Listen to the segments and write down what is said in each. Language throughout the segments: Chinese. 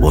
我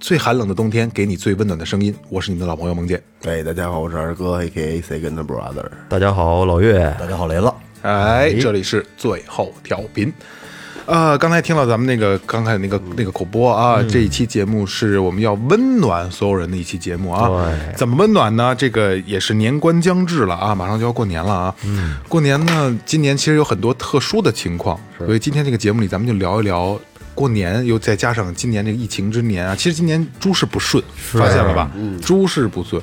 最寒冷的冬天，给你最温暖的声音。我是你们的老朋友梦见。哎，大家好，我是二哥，A K A Second Brother。大家好，老岳。大家好，雷子。哎，这里是最后调频。呃，刚才听了咱们那个刚才那个那个口播啊，这一期节目是我们要温暖所有人的一期节目啊。怎么温暖呢？这个也是年关将至了啊，马上就要过年了啊。嗯，过年呢，今年其实有很多特殊的情况，所以今天这个节目里咱们就聊一聊。过年又再加上今年这个疫情之年啊，其实今年诸事不顺，发现了吧？啊嗯诸事不顺，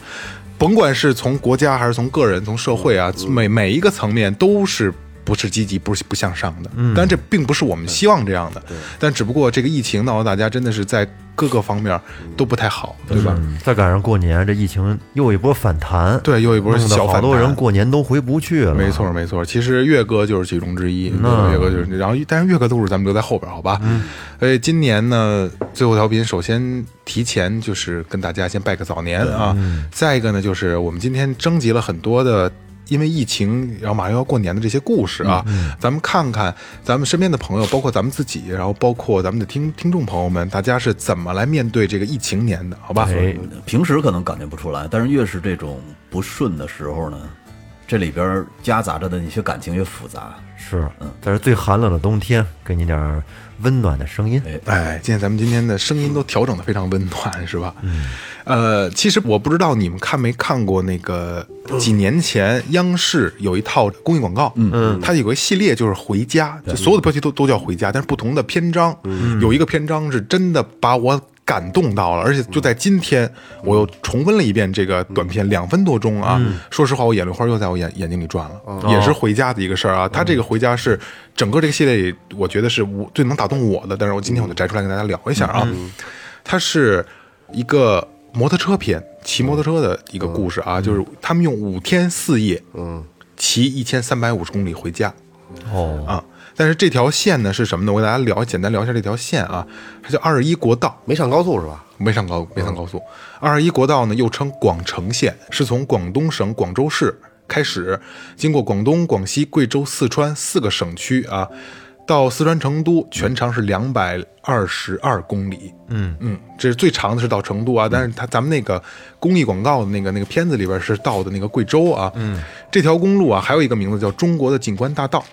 甭管是从国家还是从个人、从社会啊，嗯每每一个层面都是不是积极、不是不向上的。嗯但这并不是我们希望这样的，但只不过这个疫情闹得大家真的是在各个方面都不太好，对吧？嗯，再赶上过年，这疫情又一波反弹，对又一波弄得小反弹好多人过年都回不去了。没，错，没错。其实岳哥就是其中之一，岳哥就是。然后，但是岳哥的故事咱们留在后边，好吧？嗯。而且今年呢，最后调频首先提前就是跟大家先拜个早年啊。嗯再一个呢，就是我们今天征集了很多的。因为疫情，然后马上要过年的这些故事啊，嗯咱们看看咱们身边的朋友，包括咱们自己，然后包括咱们的听听众朋友们，大家是怎么来面对这个疫情年的，好吧？哎，平时可能感觉不出来，但是越是这种不顺的时候呢，这里边夹杂着的那些感情越复杂。是，在这最寒冷的冬天，给你点儿温暖的声音。哎，今天咱们今天的声音都调整的非常温暖，是吧？嗯，呃，其实我不知道你们看没看过那个几年前央视有一套公益广告，嗯，它有个系列就是《回家》，就所有的标题都都叫《回家》，但是不同的篇章，有一个篇章是真的把我。感动到了，而且就在今天，我又重温了一遍这个短片，两分多钟啊！说实话，我眼泪花又在我眼眼睛里转了，也是回家的一个事儿啊。他这个回家是整个这个系列里，我觉得是我最能打动我的，但是我今天我就摘出来跟大家聊一下啊。它是一个摩托车篇，骑摩托车的一个故事啊，就是他们用五天四夜，嗯，骑一千三百五十公里回家，哦，啊。但是这条线呢是什么呢？我给大家聊，简单聊一下这条线啊，它叫二十一国道，没上高速是吧？没上高没上高速。二十一国道呢，又称广城线，是从广东省广州市开始，经过广东、广西、贵州、四川四个省区啊，到四川成都，全长是两百二十二公里。嗯嗯，这是最长的是到成都啊，但是它咱们那个公益广告的那个那个片子里边是到的那个贵州啊。嗯，这条公路啊，还有一个名字叫中国的景观大道。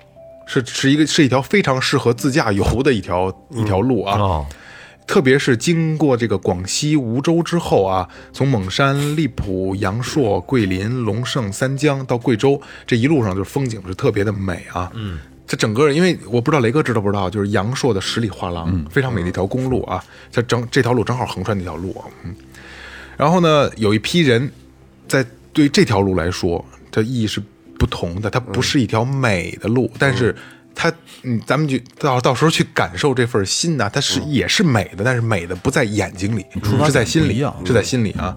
是是一个是一条非常适合自驾游的一条一条路啊，哦，特别是经过这个广西梧州之后啊，从蒙山、荔浦、阳朔、桂林、龙胜、三江到贵州，这一路上就是风景是特别的美啊。嗯，这整个因为我不知道雷哥知道不知道，就是阳朔的十里画廊、非常美的一条公路啊，这整这条路正好横穿那条路啊。嗯，然后呢，有一批人在对这条路来说，它意义是不同的，它不是一条美的路，但是它，嗯，咱们就到到时候去感受这份心呐、它嗯是、也是美的，但是美的不在眼睛里，是在心不一里样，是在心里啊。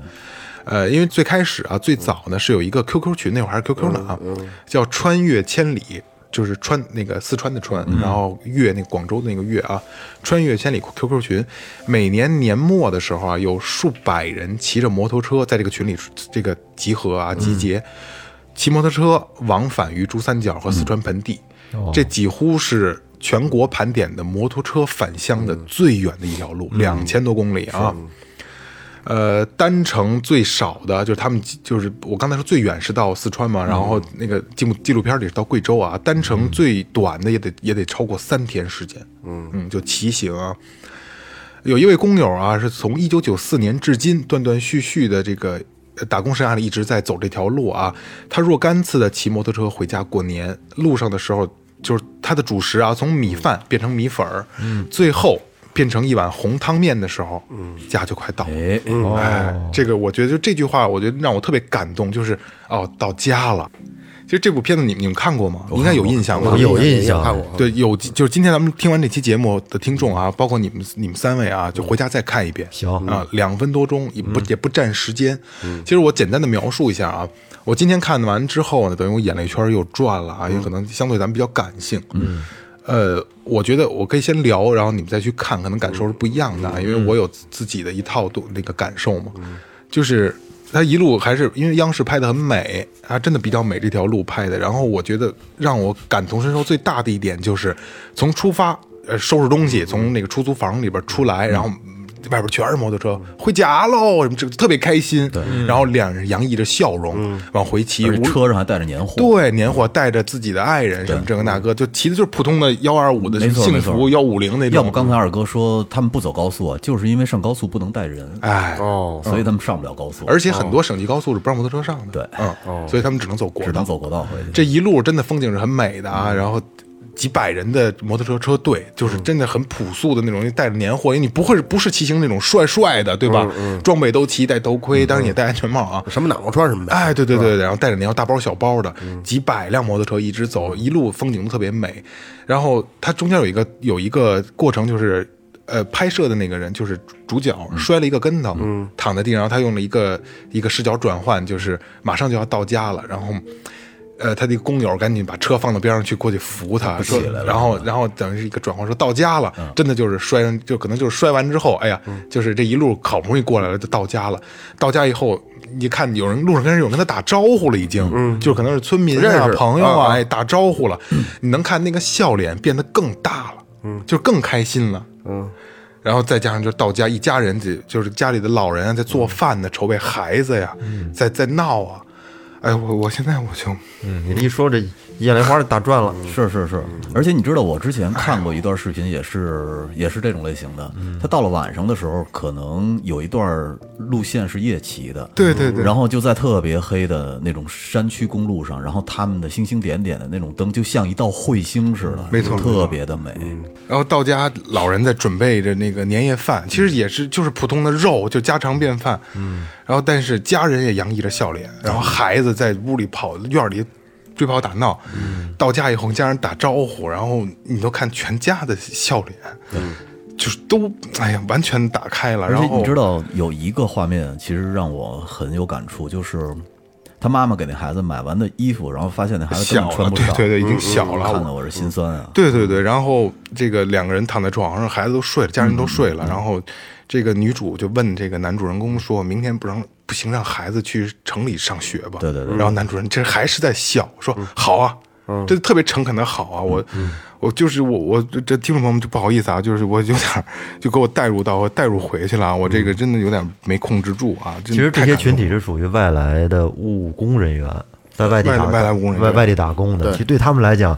呃，因为最开始啊，最早呢是有一个 QQ 群，那会儿还是 QQ 呢啊， 叫“穿越千里”，就是川那个四川的川，然后越那个广州的那个越啊，穿越千里 QQ 群，每年年末的时候啊，有数百人骑着摩托车在这个群里这个集合啊集结，骑摩托车往返于珠三角和四川盆地，这几乎是全国盘点的摩托车返乡的最远的一条路，两千多公里啊。呃，单程最少的就是他们就是我刚才说最远是到四川嘛，然后那个纪录纪录片里是到贵州啊，单程最短的也得也得超过三天时间，嗯嗯，就骑行啊。有一位工友啊，是从一九九四年至今断断续续的这个呃打工生涯里一直在走这条路啊。他若干次的骑摩托车回家过年，路上的时候就是他的主食啊，从米饭变成米粉儿，嗯，最后变成一碗红汤面的时候，嗯，家就快到了。哎，嗯嗯哦哎，这个我觉得就这句话，我觉得让我特别感动，就是哦，到家了。其实这部片子你们你们看过吗？你应该有印象吧？我有印象看过啊。对，有就是今天咱们听完这期节目的听众啊，包括你们你们三位啊，就回家再看一遍。嗯行嗯啊，两分多钟也不也不占时间。其实我简单的描述一下啊，我今天看完之后呢，等于我眼泪圈又转了啊，因为嗯可能相对咱们比较感性。嗯。呃，我觉得我可以先聊，然后你们再去看，可能感受是不一样的啊，嗯因为我有自己的一套东那个感受嘛。就是它一路还是因为央视拍的很美啊，真的比较美这条路拍的。然后我觉得让我感同身受最大的一点就是从出发呃收拾东嗯西，从那个出租房里边出来，然后。嗯外边全是摩托车，回家喽！什么这特别开心，然后脸上洋溢着笑容，往回骑，嗯而且无车上还带着年货，对，年货带着自己的爱人什么这个那个，就骑的就是普通的幺二五的没错幸没错福幺五零那种。要不刚才二哥说他们不走高速啊，就是因为上高速不能带人，哎，哦，所以他们上不了高速，而且很多省级高速是不让摩托车上的，哦对嗯，所以他们只能走国只道能。走国道回去。这一路真的风景是很美的嗯啊，然后几百人的摩托车车队，就是真的很朴素的那种，带着年货，因为你不会不是骑行那种帅帅的，对吧？嗯装备都齐，戴头盔，当然也戴安全帽啊。什么脑穿什么呗。嗯哎，对对对，然后带着年货大包小包的，几百辆摩托车一直走，一路风景都特别美。然后它中间有一个有一个过程，就是呃，拍摄的那个人就是主角嗯摔了一个跟头，躺在地上，然后他用了一个一个视角转换，就是马上就要到家了，然后。呃，他的工友赶紧把车放到边上去，过去扶他，说然后然后等于是一个转换，说到家了，真的就是摔上，就可能就是摔完之后，哎呀，就是这一路好不容易过来了，就到家了。到家以后，一看有人路上跟人有人跟他打招呼了，已经，嗯，就是可能是村民认啊识、朋友啊啊，哎，打招呼了，你能看那个笑脸变得更大了，嗯，就更开心了，嗯。然后再加上就是到家，一家人就就是家里的老人啊，在做饭呢，筹备孩子呀，在在闹啊，哎，我我现在我就嗯，你这一说这眼泪花儿打转了，嗯是是是，而且你知道，我之前看过一段视频，也是也是这种类型的。嗯他到了晚上的时候，可能有一段路线是夜骑的，对对对然后就在特别黑的那种山区公路上，然后他们的星星点点的那种灯，就像一道彗星似的，没错嗯特别的美。然后到家，老人在准备着那个年夜嗯饭，其实也是就是普通的肉，就家常便饭。嗯，然后但是家人也洋溢着笑脸，然后孩子在屋里跑，院里追跑打闹。嗯，到家以后，家人打招呼，然后你都看全家的笑脸，嗯，就是都哎呀，完全打开了。而然且后你知道有一个画面，其实让我很有感触，就是他妈妈给那孩子买完的衣服，然后发现那孩子根小本了，穿不对上，嗯对对，已经小了，看得我是心酸啊。对对对，然后这个两个人躺在床上，孩子都睡了，家人都睡了，然后这个女主就问这个男主人公说：“明天不让不行，让孩子去城里上学吧。”对对对然后男主人这还是在笑，说：“好啊。”这特别诚恳的好啊，我我就是我我这这听众朋友们就不好意思啊，就是我有点儿就给我带入到带入回去了啊，我这个真的有点没控制住啊。其其实这些群体是属于外来的务工人员，在外地外打外来务工人员外外地打工的。对其实对他们来讲，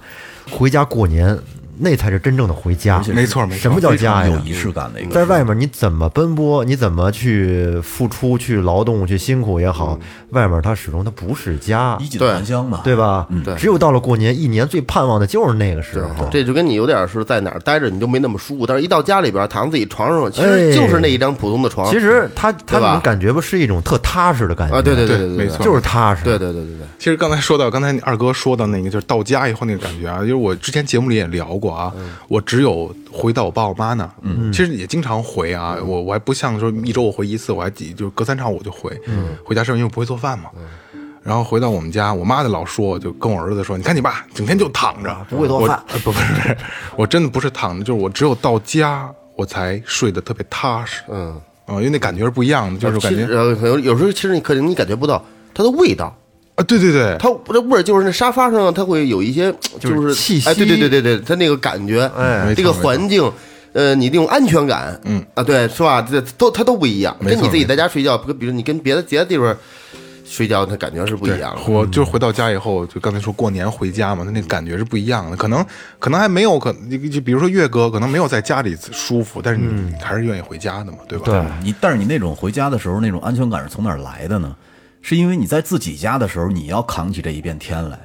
回家过年那才是真正的回家。没错没错什么叫家有呀？仪式感的一个，在外面你怎么奔波，你怎么去付出、去劳动、去辛苦也好，外面它始终它不是嗯家衣，锦对还乡嘛，对吧？只有到了过年，一年最盼望的就是那个时候。这就跟你有点是在哪儿待着你就没那么舒服，但是一到家里边躺自己床上，其实就是那一张普通的床。哎其实他他对吧能感觉不是一种特踏实的感觉啊，对对对对对，没错就是踏实。对对对对对，其实刚才说到，刚才你二哥说到那个，就是到家以后那个感觉啊，因为我之前节目里也聊过啊，嗯我只有回到我爸我妈那儿，嗯，其实也经常回啊，嗯我我还不像说一周我回一次，我还几就隔三差五我就回，嗯回家之后因为我不会做饭嘛，然后回到我们家，我妈就老说，我就跟我儿子说，你看你爸整天就躺着，嗯不会做我饭呃不不是不是，我真的不是躺着，就是我只有到家我才睡得特别踏实，嗯，啊，因为那感觉是不一样的，就是感其觉实呃，有有时候其实你可能你感觉不到它的味道，啊，对对对，它这味儿就是那沙发上它会有一些就是是气息哎，对对对对对，它那个感觉，哎这个没错环境。呃，你那种安全感，嗯啊，对，是吧？这都它都不一样，没跟错你自己在家睡觉，跟比如你跟别的其他地方睡觉，它感觉是不一样的。我就是回到家以后，就刚才说过年回家嘛，他那感觉是不一样的。可能可能还没有可，就就比如说岳哥，可能没有在家里舒服，但是你还是愿意回家的嘛，对吧？对你但是你那种回家的时候那种安全感是从哪儿来的呢？是因为你在自己家的时候，你要扛起这一片天来，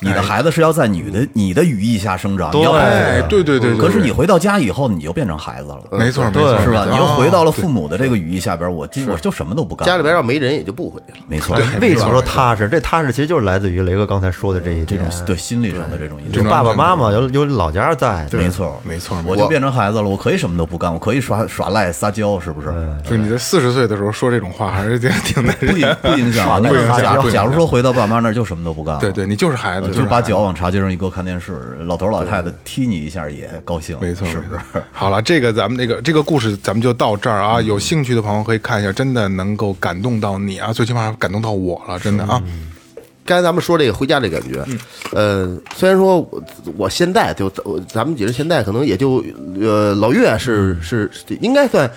你的孩子是要在你的你的羽翼下生长，你要哎，嗯对对对对，嗯可是你回到家以后，你就变成孩子了，没错没错是吧？没错你又回到了啊父母的这个羽翼下边，我今我就什么都不干，家里边要没人也就不回去了。没错，为什么说踏实？这踏实其实就是来自于雷哥刚才说的这一这点种，对心理上嗯的这种因有素，爸爸妈妈有有老家在，没错没错我就变成孩子了，我可以什么都不干，我可以耍耍赖撒娇，是不是？就你在四十岁的时候说这种话，还是觉得挺那不影不 影响啊。那不影响假不如影假响如说回到爸妈那儿就什么都不干了，对对，你就是孩子，啊呃就是把孩子脚往茶几上一搁，看电视，老头老太太踢你一下也高兴，没错，是没不错是？。好了，这个咱们这个这个故事咱们就到这儿啊。有兴趣的朋友可以看一下，真的能够感动到你啊，最起码感动到我了，真的啊。刚才咱们说这个回家这感觉，呃，虽然说我我现在就我咱们几人现在可能也就呃老岳是是是应该算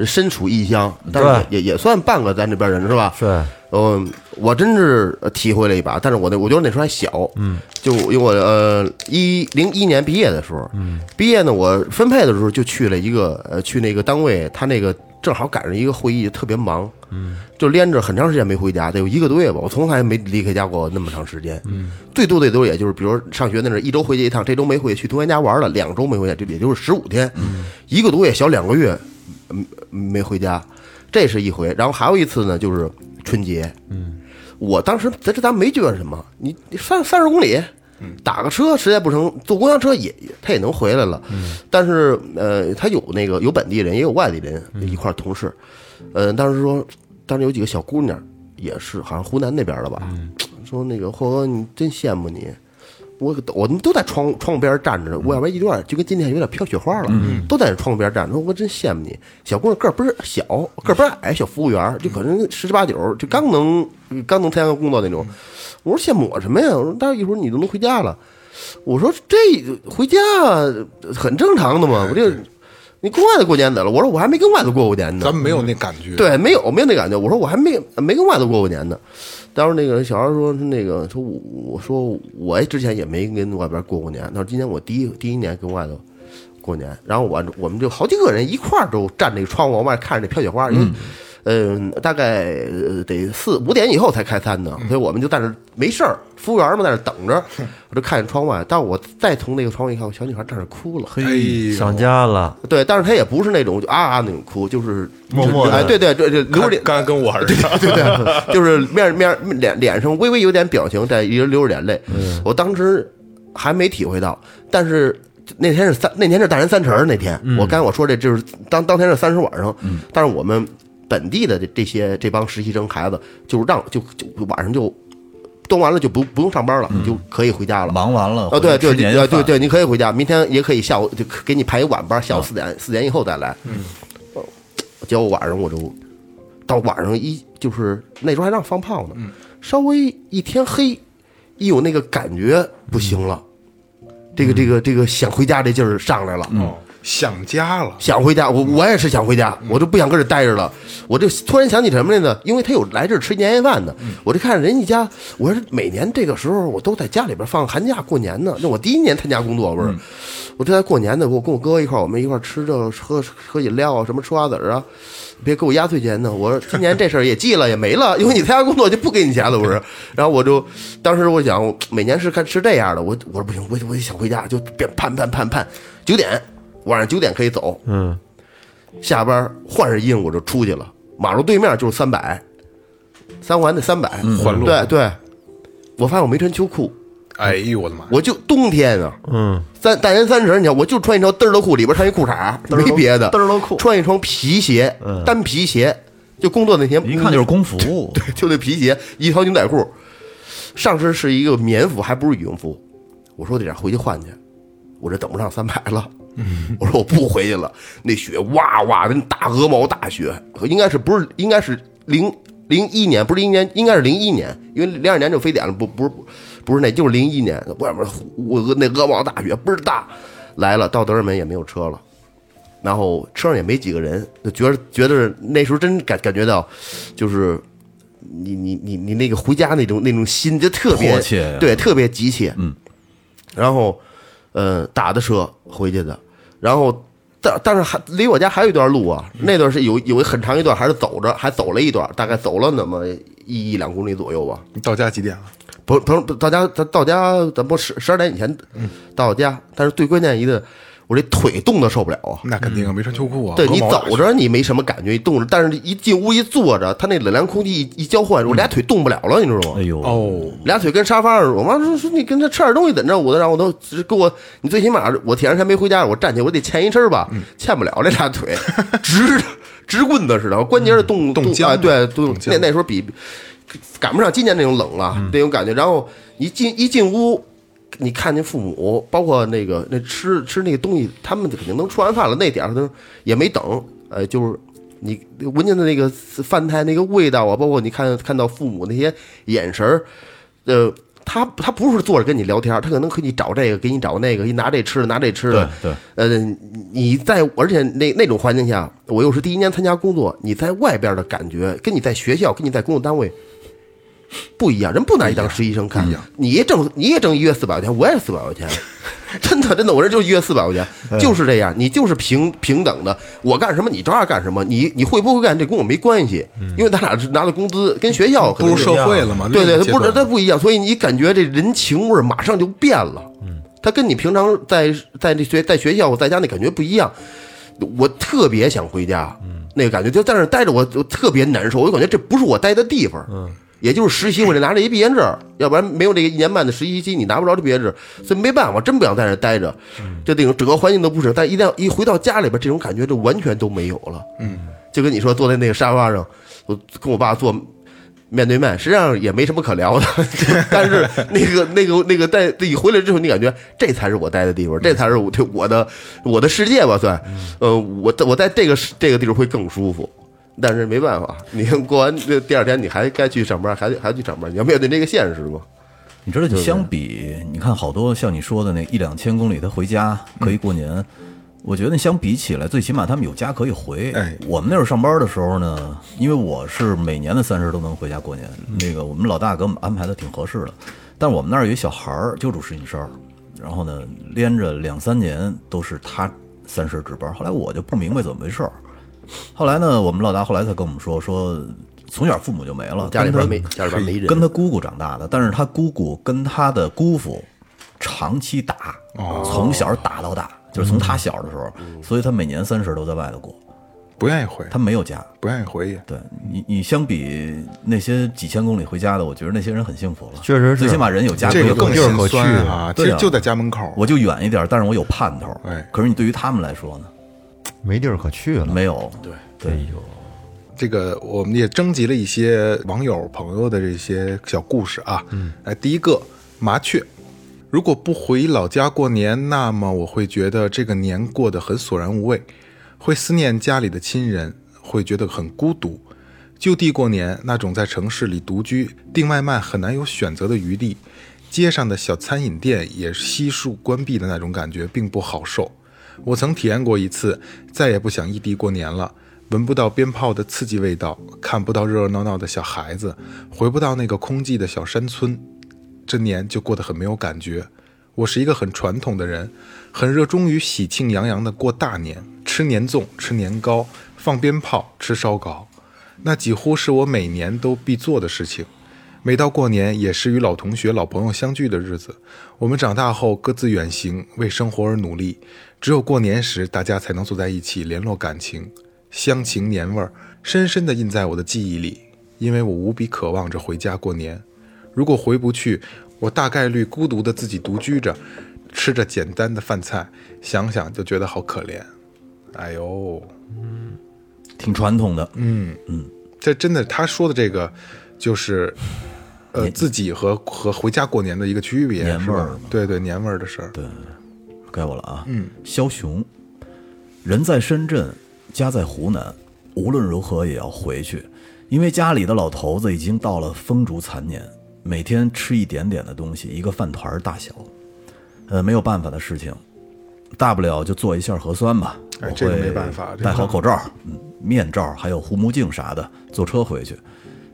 身处异乡，但是也也算半个咱这边人是吧？是。嗯，我真是体会了一把，但是我那我觉得那时候还小，嗯，就因为我呃一零一年毕业的时候，嗯，毕业呢，我分配的时候就去了一个呃去那个单位，他那个正好赶上一个会议，特别忙，嗯，就连着很长时间没回家，得有一个多月吧，我从来没离开家过那么长时间，嗯，最多最多也就是比如上学那阵儿一周回去一趟，这周没回去，去同学家玩了，两周没回去，这也就是十五天，嗯，一个多月小两个月，嗯没回家，这是一回。然后还有一次呢，就是春节，嗯，我当时咱这咱没觉得什么，你你三三十公里，打个车实在不成，坐公交车也也他也能回来了。但是呃，他有那个有本地人，也有外地人一块儿同事，呃，当时说当时有几个小姑娘也是，好像湖南那边的吧，说那个霍哥你真羡慕你。我我们都在窗窗户边站着，我要不然一段就跟今天有点飘雪花了，都在窗户边站着。我真羡慕你，小姑娘个儿倍儿小，个儿倍儿矮，小服务员就可能十之八九，就刚能刚能参加工作那种。我说羡慕我什么呀？我说待会儿一会儿你都能回家了。我说这回家很正常的嘛，我这你跟外头过年得了。我说我还没跟外头过过年呢，咱们没有那感觉，，对，没有没有那感觉。我说我还没没跟外头过过年呢。当时那个小孩说那个说我我说我之前也没跟外边过过年，他说今年我第一第一年跟外头过年，然后我我们就好几个人一块儿都站那个窗户往外看着那飘雪花，因为。嗯，大概呃得四五点以后才开餐嗯呢，所以我们就在那儿没事儿，服务员嘛在那儿等着，我就看着窗外。但我再从那个窗户一看，我小女孩在那儿哭了，哎呦，想家了，对，但是她也不是那种就啊啊那种哭，就是默默地哎，对对对对，流着脸刚才跟我儿子， 对对，就是面面脸脸上微微有点表情，在一直流着眼泪。我当时还没体会到，但是那天是三那天是大年三十儿那天，我刚才我说这就是当当天是三十晚上，但是我们本地的这这些这帮实习生孩子，就是让就就晚上就端完了就不不用上班了，就可以回家了。忙完了啊，对对回去吃年夜对饭对对，你可以回家，明天也可以下午就给你排一晚班，下嗯午四点四点以后再来。嗯，结果晚上我就到晚上一就是那时候还让放炮嗯呢，稍微一天黑，一有那个感觉不行了，嗯这个这个这个想回家这劲儿上来了。哦想家了，想回家，我我也是想回家，我就不想搁这待着了。我就突然想起什么来呢？因为他有来这儿吃年夜饭的，我就看人家家，我说每年这个时候我都在家里边放寒假过年呢。那我第一年参加工作不是，我这才过年呢，我跟我哥一块儿，我们一块儿吃这喝喝饮料啊，什么吃瓜子儿啊，别给我压岁钱呢。我说今年这事儿也记了，也没了，因为你参加工作就不给你钱了，不是？然后我就当时我想，我每年是看是这样的，我我说不行，我我想回家，就变盼盼盼盼，九点晚上九点可以走，嗯，下班换上衣裳我就出去了，马路对面就是三百，三环那三百，环路对对，我发现我没穿秋裤，哎呦我的妈，我就冬天啊，嗯，三大年三十，你看我就穿一条嘚儿的裤，里边穿一裤衩，没别的，嘚儿的裤嗯穿一双皮鞋，单皮鞋，就工作那天一看就是工服，就那皮鞋，一条牛仔裤，上身是一个棉服，还不是羽绒服。我说得点回去换去，我这等不上三百了。 我说我不回去了，那雪哇哇，跟大鹅毛大雪，应该是不是应该是零零一年，不是零一年，应该是零一年，因为零二年就非典了，不不是不是那，就是零一年，外面我那鹅毛大雪倍儿大，来了到德尔门也没有车了。然后车上也没几个人，就觉得觉得那时候真感感觉到，就是你你你你那个回家那种那种心就特别迫切呀对，特别急切。嗯，然后呃打的车回去的，然后但但是还离我家还有一段路啊，嗯那段是有有很长一段还是走着，还走了一段，大概走了那么一一两公里左右吧。你到家几点了？啊不不不不，到家咱到家咱不十十二点以前嗯到家，但是最关键一个，我这腿冻得受不了啊。那肯定啊，没穿秋裤啊。对鹅你毛打走着你没什么感觉，你冻着，但是一进屋一坐着，它那冷凉空气一一交换，嗯我俩腿冻不了了，你知道吗哎？呦，哦，俩腿跟沙发上，我妈说说你跟他吃点东西怎着，我都让我都只给我，你最起码我铁上山没回家，我站起来我得欠一身吧，欠不了这俩腿，直直棍子似的，关节儿冻冻僵啊，了对，冻冻僵那了那时候比赶不上今年这种冷了那种感觉，然后一进一进屋。你看见父母，包括那个那吃吃那个东西，他们肯定能吃完饭了。那点儿都也没等，呃，就是你闻见的那个饭菜那个味道啊，包括你看看到父母那些眼神儿，呃，他他不是坐着跟你聊天儿，他可能给你找这个，给你找那个，给你拿这吃的，拿这吃的。对对呃，你在而且那那种环境下，我又是第一年参加工作，你在外边的感觉跟你在学校、跟你在工作单位不一样，人不拿你当实习生看。你也挣你也挣一月四百块钱，我也四百块钱， 真的真的，我这就是一月四百块钱，嗯就是这样，你就是平平等的，我干什么你照样干什么，你你会不会干这跟我没关系，因为咱俩是拿的工资跟学校可步能入嗯是社会了嘛？对另一个对，它不阶是它段不一样，所以你感觉这人情味儿马上就变了。嗯，它跟你平常在在这学在学校在家那感觉不一样。我特别想回家，嗯，那个感觉就在那儿待着我，我特别难受，我就感觉这不是我待的地方。嗯，也就是实习，我得拿着一毕业证儿，要不然没有这个一年半的实习期，你拿不着这毕业证儿，所以没办法，真不想在这儿待着。就那种整个环境都不是，但一旦一回到家里边，这种感觉就完全都没有了。嗯，就跟你说坐在那个沙发上，我跟我爸坐面对面，实际上也没什么可聊的。 但是那个那个那个在自己回来之后，你感觉这才是我待的地方，这才是我对我的我的世界吧，算。呃，我在我在这个世这个地方会更舒服。但是没办法，你过完这第二天，你还该去上班，还得还得去上班，你要面对这个现实嘛。你知道，你相比，你看好多像你说的那一两千公里，他回家嗯可以过年，我觉得相比起来，最起码他们有家可以回。哎我们那时候上班的时候呢，因为我是每年的三十都能回家过年，嗯那个我们老大给我们安排的挺合适的，但我们那儿有一小孩儿就住石景山，然后呢，连着两三年都是他三十值班，后来我就不明白怎么回事儿。后来呢，我们老大后来才跟我们说，说从小父母就没了，家里跟边他没家里边没人，跟他姑姑长大的，但是他姑姑跟他的姑父长期打，从小打到大，就是从他小的时候，所以他每年三十都在外头过，不愿意回，他没有家。不愿意回也。对你，你相比那些几千公里回家的，我觉得那些人很幸福了，确实是最起码人有家，这个有更地儿心可去酸啊！其对实啊就在家门口，我就远一点，但是我有盼头。哎可是你对于他们来说呢？没地儿可去了。没有。对对，这个我们也征集了一些网友朋友的这些小故事啊。嗯，哎，第一个麻雀，如果不回老家过年，那么我会觉得这个年过得很索然无味，会思念家里的亲人，会觉得很孤独。就地过年那种在城市里独居订外卖很难有选择的余地，街上的小餐饮店也悉数关闭的那种感觉并不好受。我曾体验过一次，再也不想异地过年了。闻不到鞭炮的刺激味道，看不到热热闹闹的小孩子，回不到那个空寂的小山村，这年就过得很没有感觉。我是一个很传统的人，很热衷于喜庆洋洋的过大年，吃年粽、吃年糕、放鞭炮、吃烧烤，那几乎是我每年都必做的事情。每到过年，也是与老同学、老朋友相聚的日子。我们长大后各自远行，为生活而努力。只有过年时，大家才能坐在一起联络感情，乡情年味儿深深地印在我的记忆里。因为我无比渴望着回家过年。如果回不去，我大概率孤独的自己独居着，吃着简单的饭菜，想想就觉得好可怜。哎呦，挺传统的。嗯，嗯，这真的，他说的这个就是，呃，自己和和回家过年的一个区别，年是吧味儿嘛对对，年味儿的事儿。对，该我了啊。嗯，枭雄，人在深圳，家在湖南，无论如何也要回去，因为家里的老头子已经到了风烛残年，每天吃一点点的东西，一个饭团儿大小，呃，没有办法的事情，大不了就做一下核酸吧。哎我这个会没办法这戴好个口 罩、嗯面罩，还有护目镜啥的，坐车回去。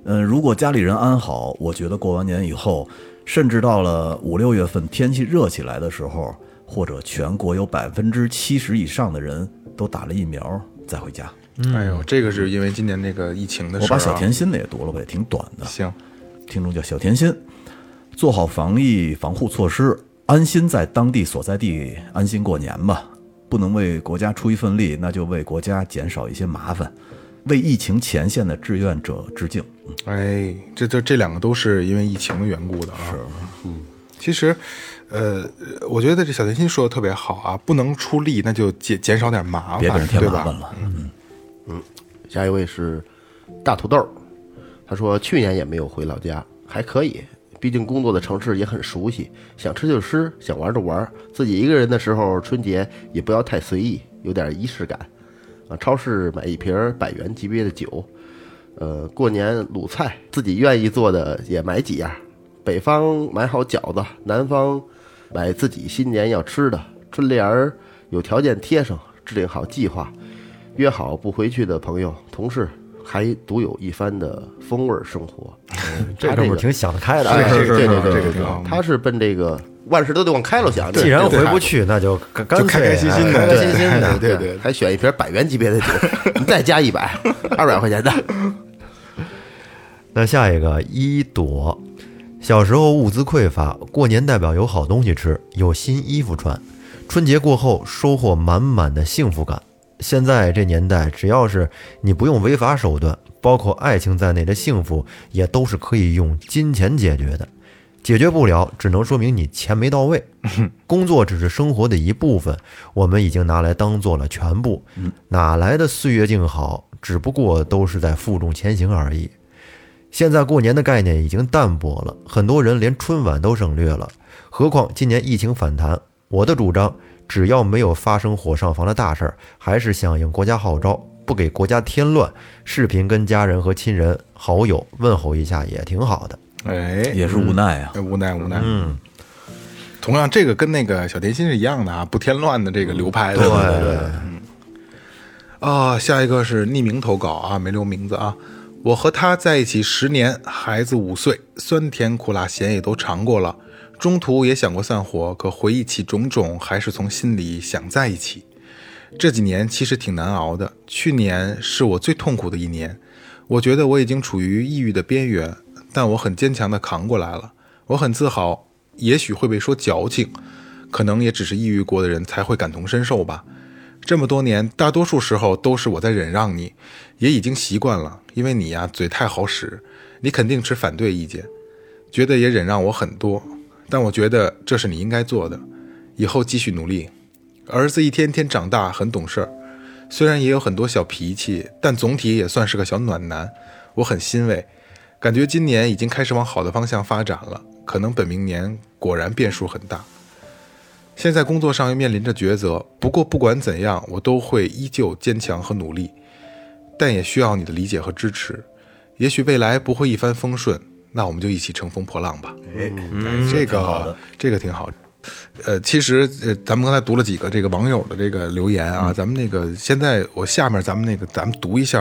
嗯，如果家里人安好，我觉得过完年以后，甚至到了五六月份天气热起来的时候，或者全国有百分之七十以上的人都打了疫苗再回家。哎呦，这个是因为今年这个疫情的嗯事我把儿、啊。小甜心的也读了吧，也挺短的。行，听众叫小甜心。做好防疫防护措施，安心在当地所在地安心过年吧。不能为国家出一份力，那就为国家减少一些麻烦，为疫情前线的志愿者致敬。哎，这这这两个都是因为疫情的缘故的啊。是，嗯，其实，呃，我觉得这小甜心说的特别好啊，不能出力，那就减减少点麻烦，别给人添啊对麻吧烦。了。下一位是大土豆，他说去年也没有回老家，还可以，毕竟工作的城市也很熟悉，想吃就吃，想玩就玩。自己一个人的时候，春节也不要太随意，有点仪式感。啊，超市买一瓶百元级别的酒，呃，过年卤菜自己愿意做的也买几样。北方买好饺子，南方买自己新年要吃的。春联儿有条件贴上，制定好计划，约好不回去的朋友、同事，还独有一番的风味儿生活。嗯这他哥这们个儿挺想得开的哎啊。是是对对是对这个对挺好对，他是奔这个万事都得往开了想。既然对回不去，那就干干就开开心心脆的哎开开心心的，对对对 还选一瓶百元级别的酒，你再加一百，二百块钱的。那下一个一朵，小时候物资匮乏，过年代表有好东西吃，有新衣服穿，春节过后收获满满的幸福感。现在这年代，只要是你不用违法手段，包括爱情在内的幸福，也都是可以用金钱解决的。解决不了，只能说明你钱没到位。工作只是生活的一部分，我们已经拿来当做了全部，哪来的岁月静好？只不过都是在负重前行而已。现在过年的概念已经淡薄了，很多人连春晚都省略了。何况今年疫情反弹，我的主张，只要没有发生火上房的大事儿，还是响应国家号召，不给国家添乱。视频跟家人和亲人、好友问候一下也挺好的。哎，也是无奈啊，无奈无奈。嗯，同样，这个跟那个小甜心是一样的啊，不添乱的这个流派的。对对对。嗯。啊，下一个是匿名投稿啊，没留名字啊。我和他在一起十年，孩子五岁，酸甜苦辣咸也都尝过了，中途也想过散伙，可回忆起种种，还是从心里想在一起。这几年其实挺难熬的，去年是我最痛苦的一年，我觉得我已经处于抑郁的边缘，但我很坚强的扛过来了，我很自豪，也许会被说矫情，可能也只是抑郁过的人才会感同身受吧。这么多年，大多数时候都是我在忍让你，也已经习惯了，因为你呀、嘴太好使，你肯定持反对意见，觉得也忍让我很多，但我觉得这是你应该做的，以后继续努力。儿子一天天长大，很懂事儿，虽然也有很多小脾气，但总体也算是个小暖男，我很欣慰，感觉今年已经开始往好的方向发展了，可能本明年果然变数很大。现在工作上又面临着抉择，不过不管怎样，我都会依旧坚强和努力，但也需要你的理解和支持。也许未来不会一帆风顺，那我们就一起乘风破浪吧。嗯，这个这个挺好。呃，其实呃，咱们刚才读了几个这个网友的这个留言啊，咱们那个现在我下面咱们那个咱们读一下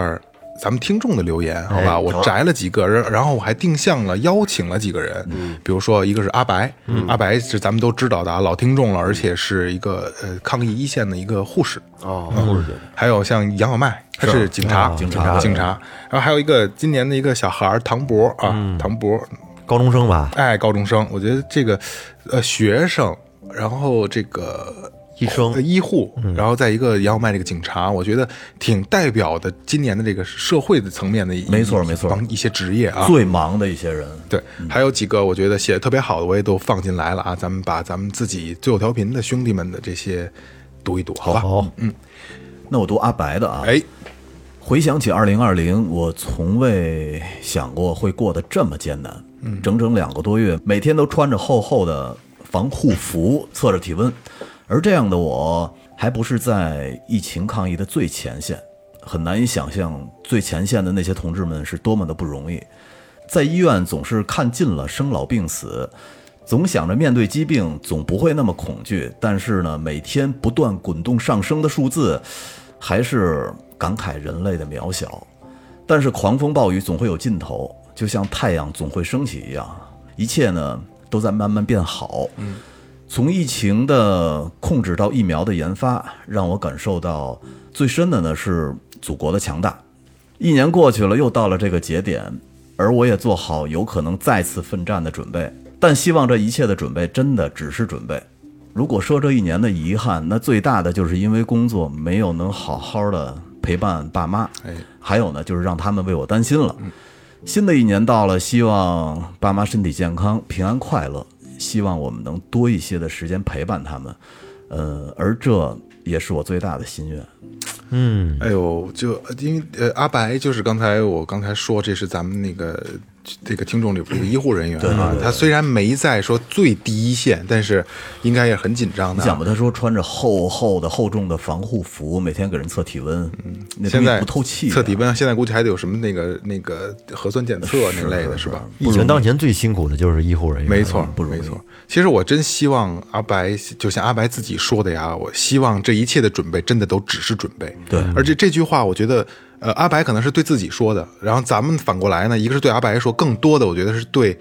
咱们听众的留言，哎好吧？啊我摘了几个人，然后我还定向了邀请了几个人，比如说一个是阿白，阿白是咱们都知道的啊，老听众了，而且是一个呃抗疫一线的一个护士，哦，还有像杨小麦，他是警察，警察，警察，然后还有一个今年的一个小孩儿唐博啊，唐博，高中生吧，哎，高中生，我觉得这个，呃，学生，然后这个医生呃医护，然后再一个杨小麦这个警察，我觉得挺代表的今年的这个社会的层面的一，没错没错帮一些职业啊，最忙的一些人，对，还有几个我觉得写的特别好的，我也都放进来了啊。咱们把咱们自己最后调频的兄弟们的这些读一读，好吧？好，那我读阿白的啊。哎，回想起二零二零，我从未想过会过得这么艰难。嗯，整整两个多月，每天都穿着厚厚的防护服，测着体温。而这样的我，还不是在疫情抗疫的最前线，很难以想象最前线的那些同志们是多么的不容易。在医院总是看尽了生老病死，总想着面对疾病总不会那么恐惧，但是呢，每天不断滚动上升的数字，还是感慨人类的渺小。但是狂风暴雨总会有尽头，就像太阳总会升起一样，一切呢都在慢慢变好。从疫情的控制到疫苗的研发，让我感受到最深的呢是祖国的强大。一年过去了，又到了这个节点，而我也做好有可能再次奋战的准备。但希望这一切的准备真的只是准备。如果说这一年的遗憾，那最大的就是因为工作没有能好好的陪伴爸妈，哎，还有呢，就是让他们为我担心了。嗯新的一年到了，希望爸妈身体健康、平安快乐，希望我们能多一些的时间陪伴他们，呃，而这也是我最大的心愿。嗯，哎呦，就因为呃，阿白就是刚才我刚才说，这是咱们那个这个听众里有个医护人员啊，他虽然没在说最第一线，但是应该也很紧张你的想啊。吧，他说穿着厚厚的、厚重的防护服，每天给人测体温，那东嗯现西在不透气啊、测体温，现在估计还得有什么那个那个核酸检测那类的是吧？疫情当前最辛苦的就是医护人员，没错，没错。其实我真希望阿白，就像阿白自己说的呀，我希望这一切的准备真的都只是准备。对而且这句话，我觉得，呃，阿白可能是对自己说的，然后咱们反过来呢，一个是对阿白说，更多的我觉得是对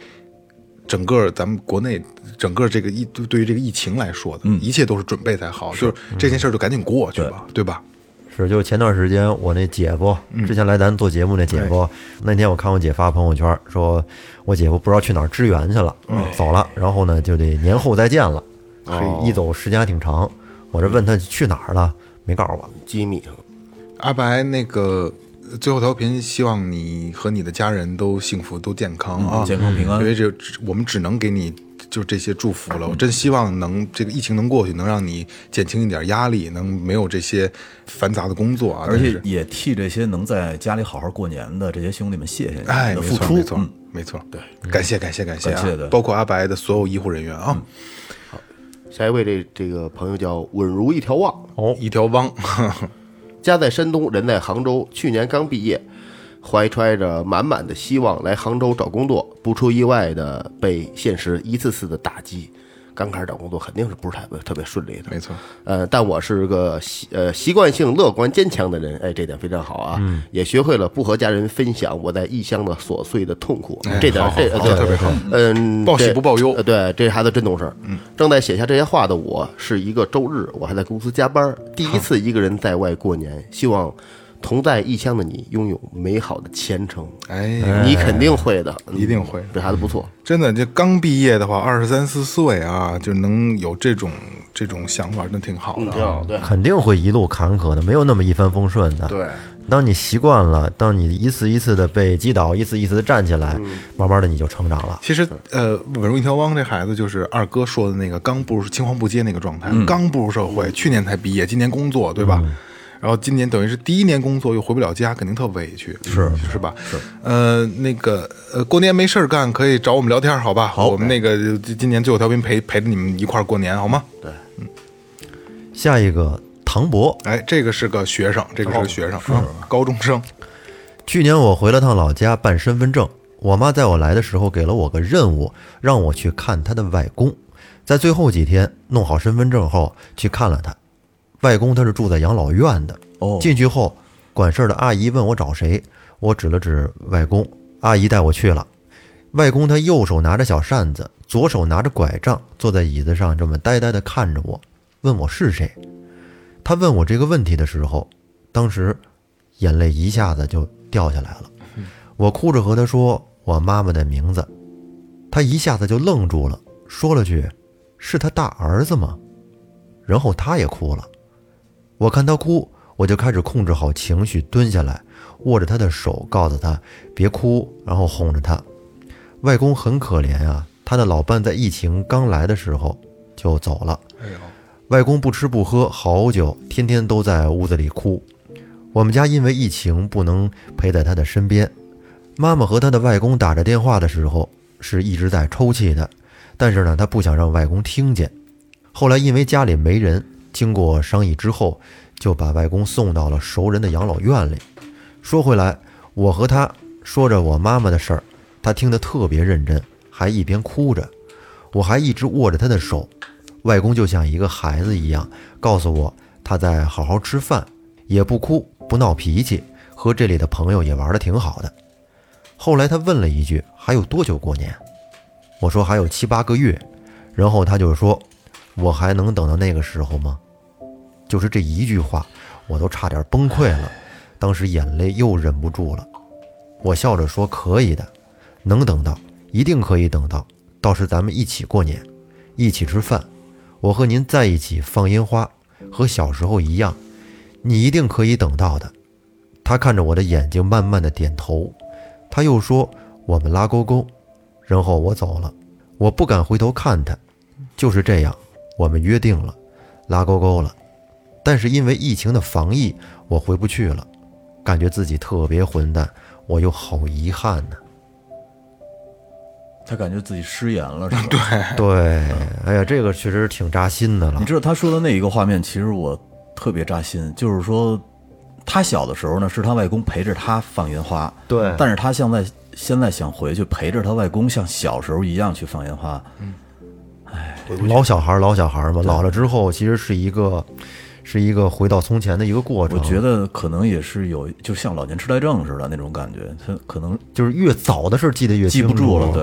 整个咱们国内整个这个疫对于这个疫情来说的，嗯一切都是准备才好，就是这件事儿就赶紧过去吧，对吧？是，就前段时间我那姐夫，之前来咱做节目那姐夫，那天我看我姐发朋友圈说，我姐夫不知道去哪儿支援去了，走了，然后呢就得年后再见了，一走时间还挺长。我这问他去哪儿了，没告诉我。机密啊，阿白，那个最后调频，希望你和你的家人都幸福、都健康啊，嗯健康平安因为这我们只能给你就这些祝福了。我真希望能这个疫情能过去，能让你减轻一点压力，能没有这些繁杂的工作啊。而但且是也替这些能在家里好好过年的这些兄弟们谢谢你哎，们的没付错，出。没错，嗯没错，对，感谢，感谢，感谢、啊，感谢的包括阿白的所有医护人员啊，下一位这这个朋友叫稳如一条望，一条汪，家在山东，人在杭州，去年刚毕业，怀揣着满满的希望来杭州找工作，不出意外的被现实一次次的打击。刚开始找工作肯定是不是太特别顺利的， 没错，呃，但我是个习呃习惯性乐观坚强的人，哎，这点非常好啊。嗯也学会了不和家人分享我在异乡的琐碎的痛苦，哎这点好好这好对特别好嗯，报喜这不报忧呃对，这孩子真懂事儿。嗯，正在写下这些话的我，是一个周日，我还在公司加班儿，第一次一个人在外过年，希望。同在异乡的你，拥有美好的前程，哎，你肯定会的，嗯一定会这孩子不错，真的，这刚毕业的话，二十三四岁啊，就能有这种这种想法，那挺好的、啊。嗯挺好，对肯定会一路坎坷的，没有那么一帆风顺的。对，当你习惯了，当你一次一次的被击倒，一次一次的站起来，慢慢的你就成长了。其实，呃，稳如一条汪这孩子就是二哥说的那个刚步入青黄不接那个状态，刚步入社会，去年才毕业，今年工作，对吧？然后今年等于是第一年工作又回不了家，肯定特委屈，是是吧？是，呃，那个呃，过年没事儿干可以找我们聊天，好吧？好，我们那个呃今年最后调频陪陪着你们一块儿过年，好吗？下一个唐博，哎，这个是个学生，这个是个学生，啊，高中生，去年我回了趟老家办身份证，我妈在我来的时候给了我个任务，让我去看她的外公。在最后几天弄好身份证后，去看了他。外公他是住在养老院的。哦进去后，管事儿的阿姨问我找谁，我指了指外公，阿姨带我去了。外公他右手拿着小扇子，左手拿着拐杖，坐在椅子上这么呆呆地看着我，问我是谁。他问我这个问题的时候，当时眼泪一下子就掉下来了。我哭着和他说我妈妈的名字，他一下子就愣住了，说了句：“是他大儿子吗？”然后他也哭了。我看他哭，我就开始控制好情绪，蹲下来，握着他的手，告诉他别哭，然后哄着他。外公很可怜啊，他的老伴在疫情刚来的时候就走了。哎外公不吃不喝好久，天天都在屋子里哭。我们家因为疫情不能陪在他的身边，妈妈和她的外公打着电话的时候是一直在抽泣的，但是呢，她不想让外公听见。后来因为家里没人，经过商议之后，就把外公送到了熟人的养老院里。说回来，我和他说着我妈妈的事儿，他听得特别认真，还一边哭着，我还一直握着他的手。外公就像一个孩子一样，告诉我他在好好吃饭，也不哭不闹脾气，和这里的朋友也玩得挺好的。后来他问了一句：“还有多久过年？”我说：“还有七八个月。”然后他就说：“我还能等到那个时候吗？”就是这一句话，我都差点崩溃了，当时眼泪又忍不住了。我笑着说：“可以的，能等到，一定可以等到，倒是咱们一起过年，一起吃饭，我和您在一起放烟花，和小时候一样，你一定可以等到的。”他看着我的眼睛，慢慢的点头。他又说：“我们拉勾勾。”然后我走了，我不敢回头看他。就是这样，我们约定了，拉勾勾了。但是因为疫情的防疫，我回不去了，感觉自己特别混蛋，我又好遗憾呢、他感觉自己失言了， 是吧？对，哎呀，这个确实挺扎心的了你。知道他说的那一个画面，其实我特别扎心，就是说他小的时候呢，是他外公陪着他放烟花，对嗯但是他现在现在想回去陪着他外公，像小时候一样去放烟花，老小孩儿，老小孩儿嘛，老了之后其实是一个，是一个回到从前的一个过程。我觉得可能也是有，就像老年痴呆症似的那种感觉，他可能就是越早的事儿记得越记清不住了。楚，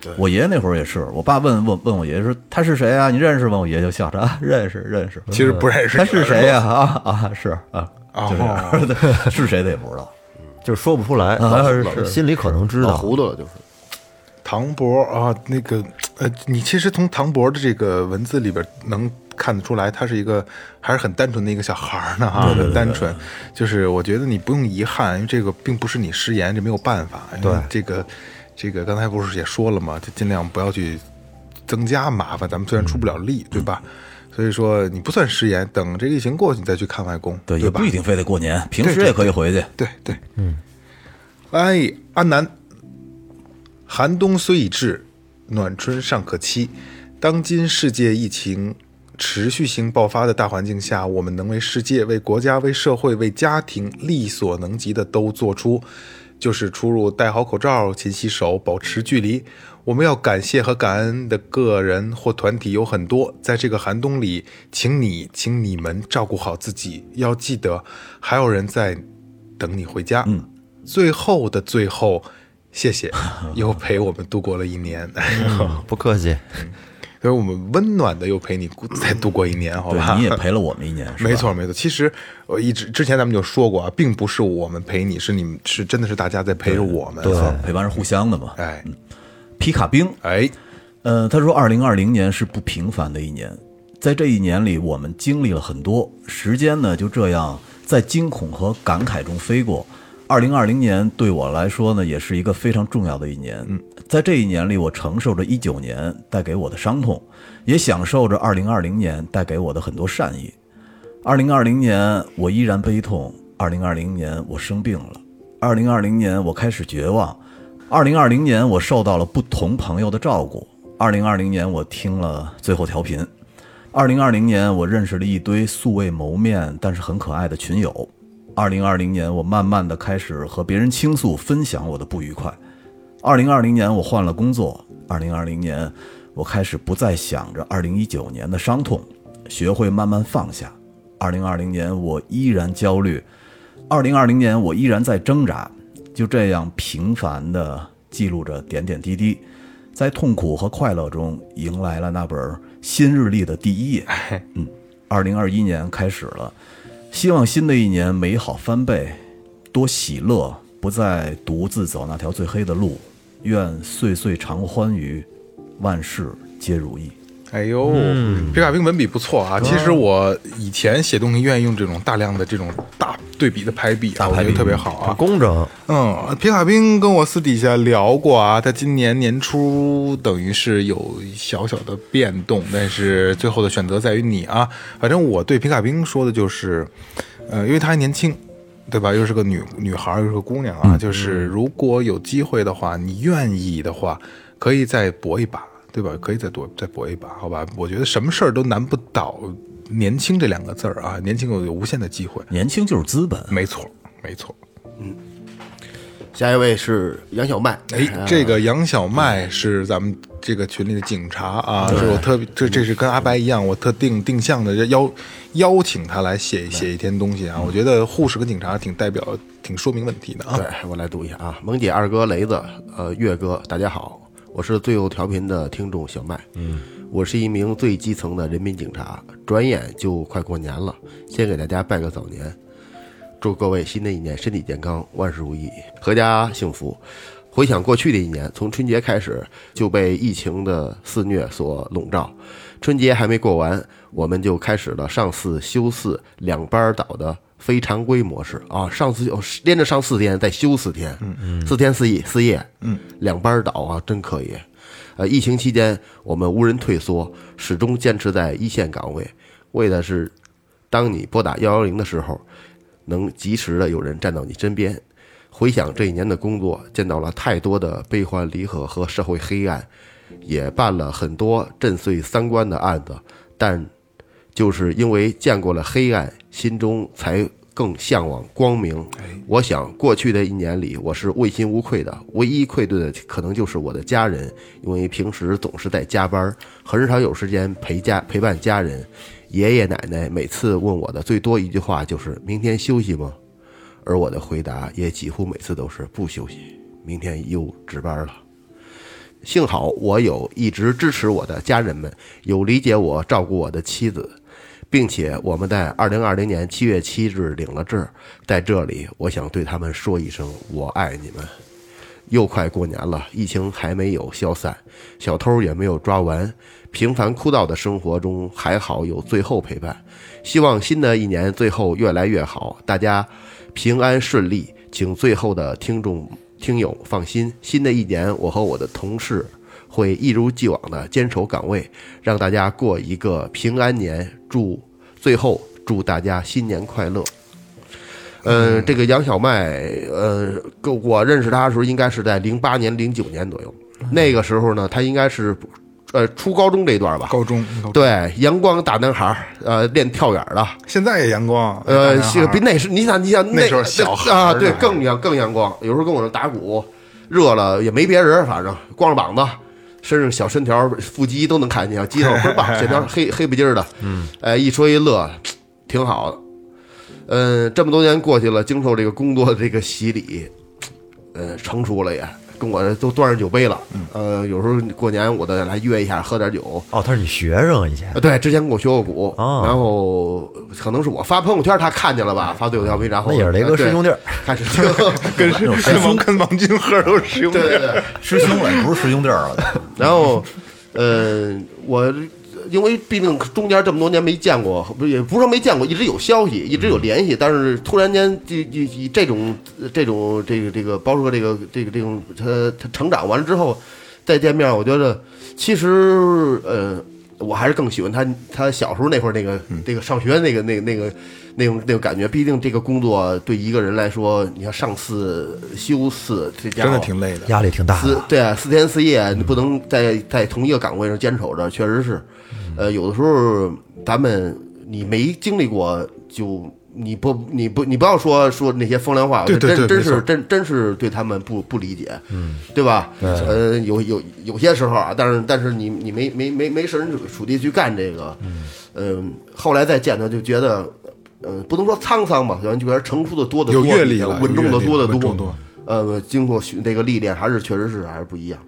对，我爷爷那会儿也是，我爸问问问我爷爷说他是谁啊？你认识吗？我爷爷就笑着啊，认识认识。其实不认识他是谁呀？啊啊是啊，就这哦样，对是 谁的也不知道。就是说不出来，啊老是老心里可能知老道。糊涂了就是。唐博啊，那个呃，你其实从唐博的这个文字里边能看得出来，他是一个还是很单纯的一个小孩儿呢哈，很单纯。就是我觉得你不用遗憾，因为这个并不是你失言，这没有办法。对，这个这个刚才不是也说了吗？就尽量不要去增加麻烦，咱们虽然出不了力，对吧？所以说你不算失言，等这个疫情过去你再去看外公，对，也对吧不？一定非得过年，平时也可以回去。对对，嗯。哎，安南，寒冬虽已至，暖春尚可期。当今世界疫情持续性爆发的大环境下，我们能为世界、为国家、为社会、为家庭力所能及的都做出，就是出入戴好口罩、勤洗手、保持距离。我们要感谢和感恩的个人或团体有很多，在这个寒冬里，请你，请你们照顾好自己，要记得还有人在等你回家。嗯，最后的最后，谢谢，又陪我们度过了一年。 不客气，所以我们温暖的又陪你过再度过一年，好吧？对，你也陪了我们一年，是吧没错，没错。其实我一直之前咱们就说过啊，并不是我们陪你，是你们是真的是大家在陪着我们。对，陪伴是互相的嘛。哎皮卡兵，哎，呃，他说，二零二零年是不平凡的一年，在这一年里，我们经历了很多，时间呢就这样在惊恐和感慨中飞过。二零二零年对我来说呢，也是一个非常重要的一年。在这一年里，我承受着一九年带给我的伤痛，也享受着二零二零年带给我的很多善意。二零二零年我依然悲痛，二零二零年我生病了，二零二零年我开始绝望，二零二零年我受到了不同朋友的照顾，二零二零年我听了最后调频，二零二零年我认识了一堆素未谋面但是很可爱的群友，二零二零年我慢慢的开始和别人倾诉分享我的不愉快，二零二零年我换了工作，二零二零年我开始不再想着二零一九年的伤痛，学会慢慢放下。二零二零年我依然焦虑，二零二零年我依然在挣扎，就这样平凡的记录着点点滴滴，在痛苦和快乐中迎来了那本新日历的第一页。 嗯，二零二一年开始了，希望新的一年美好翻倍，多喜乐，不再独自走那条最黑的路。愿岁岁常欢愉，万事皆如意。哎呦，皮卡兵文笔不错啊！其实我以前写东西愿意用这种大量的这种大对比的排比啊，我觉得特别好啊很。工整。嗯，皮卡兵跟我私底下聊过啊，他今年年初等于是有小小的变动，但是最后的选择在于你啊。反正我对皮卡兵说的就是，呃，因为她还年轻，对吧？又是个女女孩儿，又是个姑娘啊，就是如果有机会的话，你愿意的话，可以再搏一把，对吧？可以再多再搏一把，好吧？我觉得什么事儿都难不倒“年轻”这两个字儿啊，年轻有有无限的机会，年轻就是资 本，没错，没错。下一位是杨小麦，哎，这个杨小麦是咱们这个群里的警察啊，是我特别这这是跟阿白一样，我特定定向的邀邀请他来写写一篇东西啊。我觉得护士跟警察挺代表、挺说明问题的啊。对我来读一下啊，萌姐、二哥、雷子，呃，岳哥，大家好，我是最后调频的听众小麦，嗯，我是一名最基层的人民警察，转眼就快过年了，先给大家拜个早年，祝各位新的一年身体健康，万事如意，阖家幸福。回想过去的一年，从春节开始就被疫情的肆虐所笼罩，春节还没过完，我们就开始了上四休四两班倒的非常规模式啊，上四哦连着上四天，再休四天，嗯嗯，四天四夜四夜，嗯，两班倒啊，真可以。呃，疫情期间我们无人退缩，始终坚持在一线岗位，为的是当你拨打幺幺零的时候，能及时的有人站到你身边。回想这一年的工作，见到了太多的悲欢离合和社会黑暗，也办了很多震碎三观的案子，但就是因为见过了黑暗，心中才更向往光明。我想，过去的一年里，我是问心无愧的。唯一愧对的，可能就是我的家人，因为平时总是在加班，很少有时间陪家陪伴家人。爷爷奶奶每次问我的最多一句话就是：“明天休息吗？”而我的回答也几乎每次都是不休息，明天又值班了。幸好我有一直支持我的家人们，有理解我、照顾我的妻子，并且我们在二零二零年七月七日领了证，在这里我想对他们说一声我爱你们。又快过年了，疫情还没有消散，小偷也没有抓完，平凡枯燥的生活中还好有最后陪伴。希望新的一年最后越来越好，大家平安顺利。请最后的听众听友放心，新的一年我和我的同事会一如既往的坚守岗位，让大家过一个平安年。祝最后祝大家新年快乐。呃，这个杨小麦，呃，跟我认识他的时候，应该是在零八年、零九年左右。那个时候呢，他应该是，呃，初高中这一段吧。高中，高中对，阳光大男孩儿，呃，练跳远的，现在也阳光，呃，是是比那时你想你想那时候小孩儿啊，对呢，更阳更阳光，有时候跟我这打鼓，热了也没别人，反正光着膀子，身上小身条、腹肌都能看见，肌肉倍儿棒， 线条黑黑不筋儿的，嗯，哎，一说一乐，挺好的。嗯，这么多年过去了，经受这个工作的这个洗礼，呃，成熟了也，跟我都端上酒杯了。呃，有时候过年我再来约一下喝点酒，哦，他是你学生啊以前啊，对，之前跟我学过鼓，哦然后可能是我发朋友圈，他看见了吧，发对我消息，然后那也是雷哥师兄弟儿呃对开始 听，跟跟王跟王金鹤都是师兄弟对。对对，师兄了，不是师兄弟儿了。然后，呃，我因为毕竟中间这么多年没见过，不是也不是说没见过，一直有消息，一直有联系，但是突然间这这这这种这种这个这个，包括这个这个这种他他成长完了之后再见面，我觉得其实呃。我还是更喜欢他，他小时候那会儿那个、那个上学那个那个那个那种那种感觉。毕竟这个工作对一个人来说，你看上四休四，这家伙真的挺累的，压力挺大四的，对啊，四天四夜，你不能在在同一个岗位上坚守着，确实是。嗯呃，有的时候咱们你没经历过，就你不你不你不要说说那些风凉话，对对对真真没错是真真是对他们不不理解，嗯，对吧？呃，有有有些时候啊，但是但是你你没没没没设身处地去干这个，嗯、后来再见他就觉得。嗯，不能说沧桑吧，咱就觉得成熟的多得有多，阅历了稳重的有阅历多得稳重多呃，经过许那个历练，还是确实是还是不一样。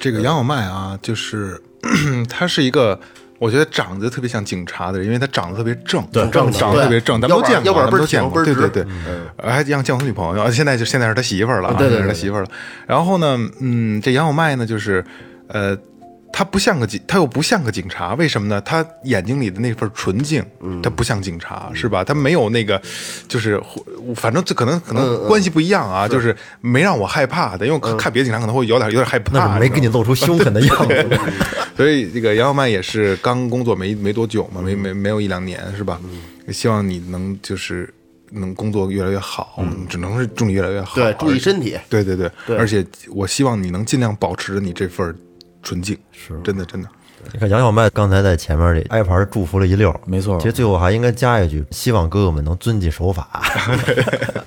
这个杨小麦啊，就是 他是一个，我觉得长得特别像警察的人，因为他长得特别正，对正的长得特别正，咱对们都见过，要不然咱们都要见不过，然倍对儿直对对，呃还杨见过他女朋友，现在就现在是他媳妇儿了啊，啊嗯对对现在是他对对媳妇儿了。然后呢，嗯，这杨小麦呢，就是呃。他不像个警，他又不像个警察，为什么呢？他眼睛里的那份纯净，嗯他不像警察，是吧？他没有那个，就是反正这可能可嗯能关系不一样啊，就是没让我害怕的，因为我看别的警察可能会有点有点害怕，那你是没知道给你吗露出凶狠的样子。所以这个杨小曼也是刚工作没没多久嘛，没没没有一两年是吧？希望你能就是能工作越来越好，只能是祝你越来越好，对，注而意身体。嗯对对对，而且我希望你能尽量保持着你这份儿纯净，是真的真的。你看杨小麦刚才在前面这挨盘祝福了一溜儿，没错其实最后还应该加一句，希望哥哥们能遵纪守法。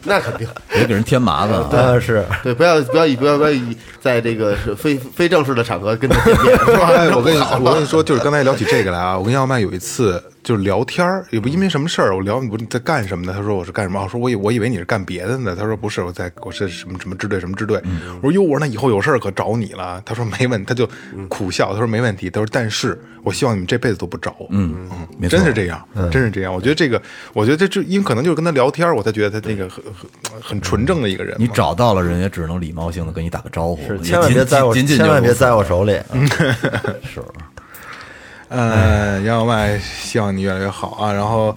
那肯定， 别给人添麻烦 啊！但是对，不要不要以不要不要以在这个是非非 正式的场合跟他见面，是吧？哎 哎，我跟你我跟你说，就是刚才聊起这个来啊，我跟杨小曼有一次就聊天儿，也不因为什么事儿，我聊你不是在干什么呢？他说我是干什么？我哦说我以我以为你是干别的呢。他说不是，我在我是什么什么支队什么支队。我说哟，我说那以后有事儿可找你了。他说没问，他就苦笑，他说没问题。他说但是我希望你们这辈子都不找我。嗯没错真是这样，真是这样。我觉得这个，我觉得这就因为可能就是跟他聊天儿，我才觉得他那个很很很纯正的一个人嘛。你找到了人也只能礼貌性的跟你打个招呼，是，千万别栽我，仅仅千万别在栽我手里。是，呃，杨小麦，希望你越来越好啊。然后，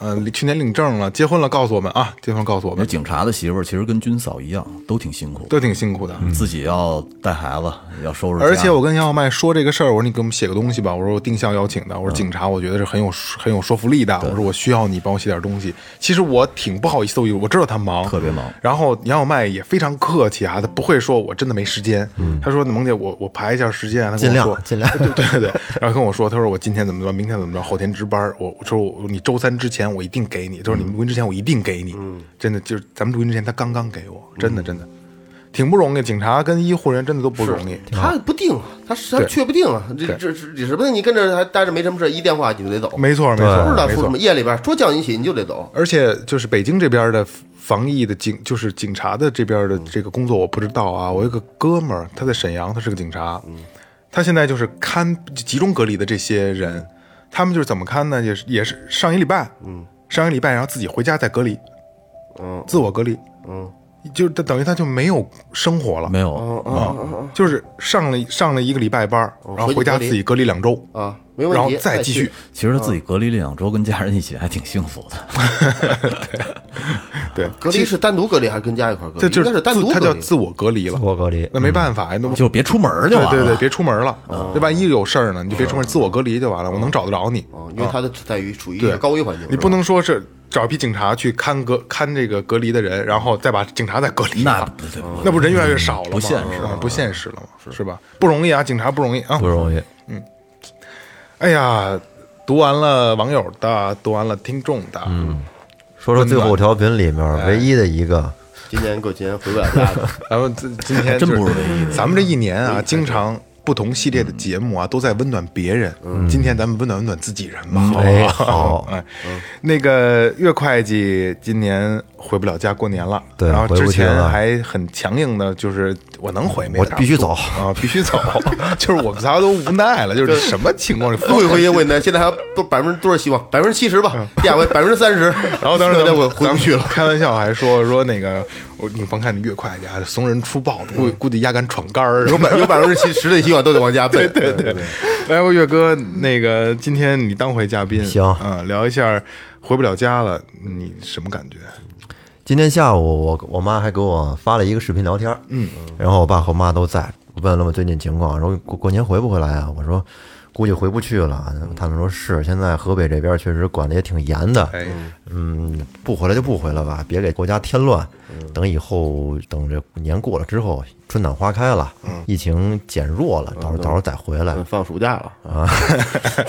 呃，去年领证了，结婚了，告诉我们啊，结婚告诉我那们，警察的媳妇儿其实跟军嫂一样，都挺辛苦，都挺辛苦的。自己要带孩子，要收拾家。而且我跟杨小麦说这个事儿，我说你给我们写个东西吧，我说我定向邀请嗯的，我说警察，我觉得是很有很有说服力的，我说我需要你帮我写点东西。其实我挺不好意思的，我我知道他忙，特别忙。然后杨小麦也非常客气啊，他不会说我真的没时间，嗯他说萌姐，我我排一下时间啊，他跟尽我量说尽量 对对对，然后跟我说，他说我今天怎么着，明天怎么着，后天值班，我我说我你周三之前我一定给你，他说你们录音之前我一定给你，真的就是咱们录音之前他刚刚给我，真的真的。挺不容易，警察跟医护人员真的都不容易。他不定啊，他是他确不定啊，这对这这什么？你跟这还待着没什么事，一电话你就得走，没错，没错，不知道没说错什么。夜里边说叫你起你就得走，而且就是北京这边的防疫的警，就是警察的这边的这个工作，我不知道啊。我有个哥们儿，他在沈阳，他是个警察，他现在就是看集中隔离的这些人，他们就是怎么看呢？也是也是上一礼拜，嗯，上一礼拜，然后自己回家再隔离，嗯，自我隔离，嗯，就是他等于他就没有生活了，没有，哦嗯啊就是上了上了一个礼拜班儿，然后回家哦回去隔离自己隔离两周，啊啊，没问题，然后再继续去，，其实他自己隔离两周，跟家人一起还挺幸福的。 对，隔离是单独隔离还是跟家一块儿隔离？这就应该是单自独他隔叫离。自我隔离了自。我隔离。那没办法哎呀，那不就别出门儿就完了。对对对，别出门了，那万一有事儿呢，你就别出门，自我隔离就完了。我能找得着你，哦，因为他的在于处于一啊对个高危环境，你是吧不能说是找一批警察去看隔看这个隔离的人，然后再把警察再隔离那了，不对，那不人越来越少了吗？不现实嗯不现实了嘛，是吧？不容易啊，警察不容易啊不。容易，哎呀，读完了网友的，读完了听众的，说说最后调频里面唯一的一个，今年过年回不了家了。咱们这今天真就是不是唯一咱们这一年啊，经常不同系列的节目啊，都在温暖别人。今天咱们温暖温暖自己人吧，好哎吧？好哎，那个岳会计今年回不了家过年了，对然后回之不去前了还很强硬的，就是我能回没我打必须住走啊，必须走，就是我们仨都无奈了，就是什么情况？录一回也问呢，现在还有多百分之多少希望？百分之七十吧，下回百分之三十。然后当时咱现在们我回不去了。开玩笑还说说那个，我你甭看你岳会计啊，怂人出豹，估计估计压杆闯杆儿，有百有百分之七十的希望都得往家奔。对对对，来吧，岳哥，那个今天你当回嘉宾，行嗯，聊一下回不了家了，你什么感觉？今天下午我我妈还给我发了一个视频聊天，嗯，然后我爸和我妈都在，问了问最近情况，说过过年回不回来啊？我说估计回不去了。他们说是，现在河北这边确实管的也挺严的，哎，嗯，不回来就不回来吧，别给国家添乱。等以后等这年过了之后，春暖花开了，疫情减弱了，到时候到时候再回来。嗯放暑假了啊，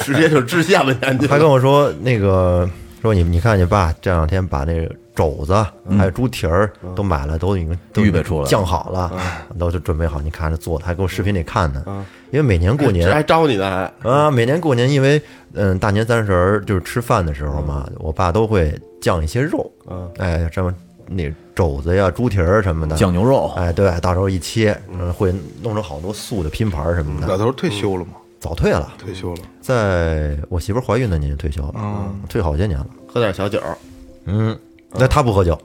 直接就支下半年 去他了。跟我说那个说你你看你爸这两天把那个肘子还有猪蹄儿都买了，都已经都嗯预备出来了嗯酱好了，都就准备好，你看着做的，还给我视频里看呢。因为每年过年哎还招你呢，还啊，每年过年，因为嗯，大年三十儿就是吃饭的时候嗯嘛，我爸都会酱一些肉，哎，什么那肘子呀、猪蹄儿什么的，酱牛肉哎，对，到时候一切，嗯，会弄成好多素的拼盘儿什么老嗯的，头退休了吗？早退了，退休了，在我媳妇儿怀孕那年就退休了，嗯退好些年了，喝点小酒，嗯，那他不喝酒，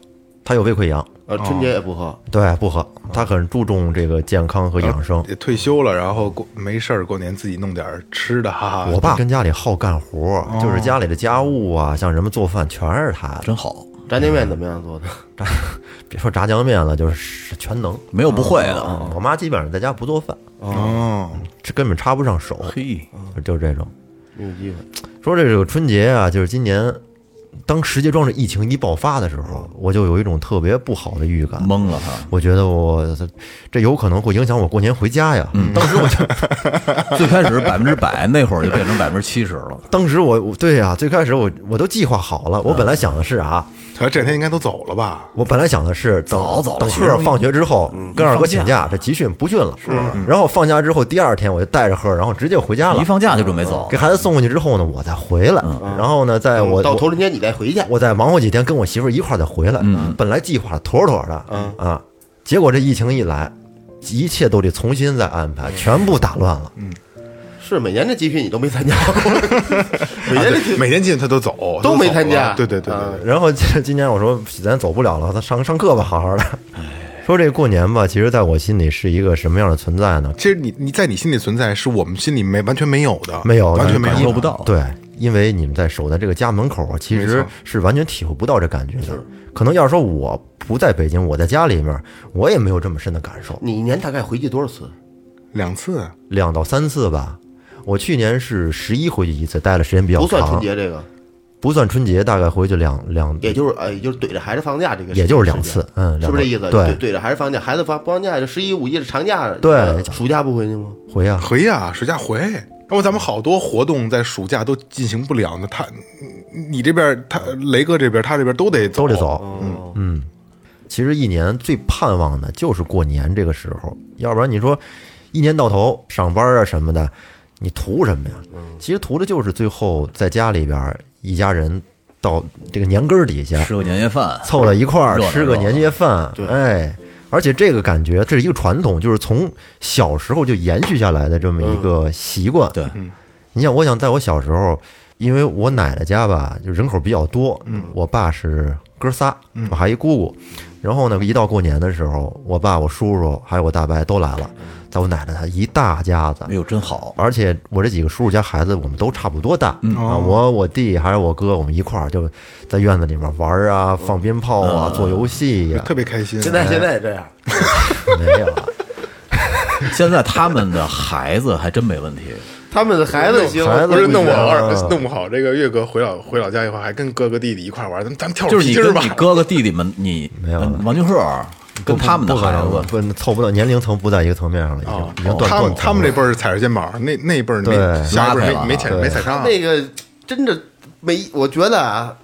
他有胃溃疡，呃，春节也不喝，对，不喝，他很注重这个健康和养生。也退休了，然后过没事儿过年自己弄点儿吃的，哈哈。我爸跟家里好干活儿，就是家里的家务啊，像什么做饭全是他的，真好，炸酱面怎么样做的？别说炸酱面了，就是全能。没有不会的。我妈基本上在家不做饭，哦，这根本插不上手，嘿，就是这种。没有机会。说这个春节啊，就是今年，当石家庄这疫情一爆发的时候，我就有一种特别不好的预感。懵了他，我觉得我这有可能会影响我过年回家呀。当时我就，最开始百分之百，那会儿就变 成百分之七十了。当时我，我对呀、最开始我我都计划好了，我本来想的是啊，可这两天应该都走了吧？我本来想的是早等早等了赫尔放学之后跟二哥请假，这集训不训了，嗯然后放假之后第二天我就带着赫尔，然后直接回家了一。放假就准备走给，孩子送过去之后呢，我再回来，然后呢，在哎我到我头轮间你再回去。我再忙活几天，跟我媳妇儿一块儿再回来。本来计划妥妥的，啊，结果这疫情一来，一切都得重新再安排，全部打乱了。是每年这集训你都没参加过，每年这集每年进他都走，都没走参加了啊对对对对啊对，然后今今年我说咱走不了了，咱上上课吧，好好的。说这过年吧，其实在我心里是一个什么样的存在呢？其实你你在你心里存在，是我们心里没完全没有的，没有，完全没有，感受不到对，因为你们在守在这个家门口，其实是完全体会不到这感觉的。可能要是说我不在北京，我在家里面，我也没有这么深的感受。你一年大概回去多少次？两次两到三次吧。我去年是十一回去一次，待的时间比较不长，算春节这个，不算春节大概回去两两，也就是呃，也就是怼着孩子放假这个时间，也就是两次，嗯，是两不是这意思？对，怼着孩子放假，孩子放不放假就十一五一是长假，对呃暑假不回去吗？回呀、啊回呀、暑假回。要不咱们好多活动在暑假都进行不了呢，他你你这边他雷哥这边他这边都得走都得走，哦嗯嗯。其实一年最盼望的就是过年这个时候，要不然你说一年到头上班啊什么的，你图什么呀？其实图的就是最后在家里边儿一家人到这个年根儿底下吃个年夜饭，凑到一块儿热闹吃个热闹年夜饭，哎，而且这个感觉这是一个传统，就是从小时候就延续下来的这么一个习惯。嗯对，你想，我想在我小时候，因为我奶奶家吧，就人口比较多，嗯我爸是哥仨，我还一姑姑。然后呢，一到过年的时候，我爸、我叔叔还有我大伯都来了，嗯在我奶奶她一大家子哎，呦真好，而且我这几个叔叔家孩子，我们都差不多大、嗯哦啊，我我弟还有我哥，我们一块儿就在院子里面玩儿啊，放鞭炮啊，嗯做游戏呀、特别开心。啊哎现在现在这样，没有啊了，现在他们的孩子还真没问题，他们的孩子行，孩子不是不弄行不好啊二弄不好，这个岳哥回老回老家以后还跟哥哥弟弟一块玩，咱们咱们跳会就儿是皮你筋儿跟吧你。哥哥弟弟们，你没有了王俊赫跟他们的不可孩能子，哦不凑不到年龄层不在一个层面上了，已经、啊已经断断他层们了。他们这辈儿踩着肩膀，那那一辈儿没对下一辈拉开儿了没没踩没踩上。那个真的没，我觉得啊，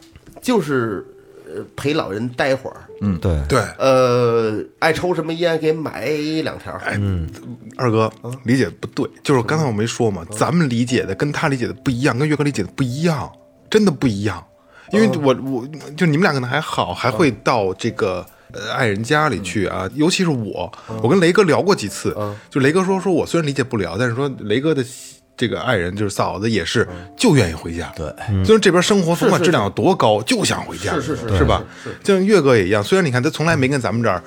就是呃陪老人待会儿，对对，呃，爱抽什么烟给买两条，哎二哥理解不对，就是刚才我没说嘛，咱们理解的跟他理解的不一样，跟岳哥理解的不一样，真的不一样。因为我我就你们俩可能还好，还会到这个呃爱人家里去啊，尤其是我，我跟雷哥聊过几次，就雷哥说说我虽然理解不了，但是说雷哥的。这个爱人就是嫂子，也是就愿意回家。对，虽然这边生活甭管质量有多高，就想回家，是是是是吧？像岳哥也一样，虽然你看他从来没跟咱们这儿，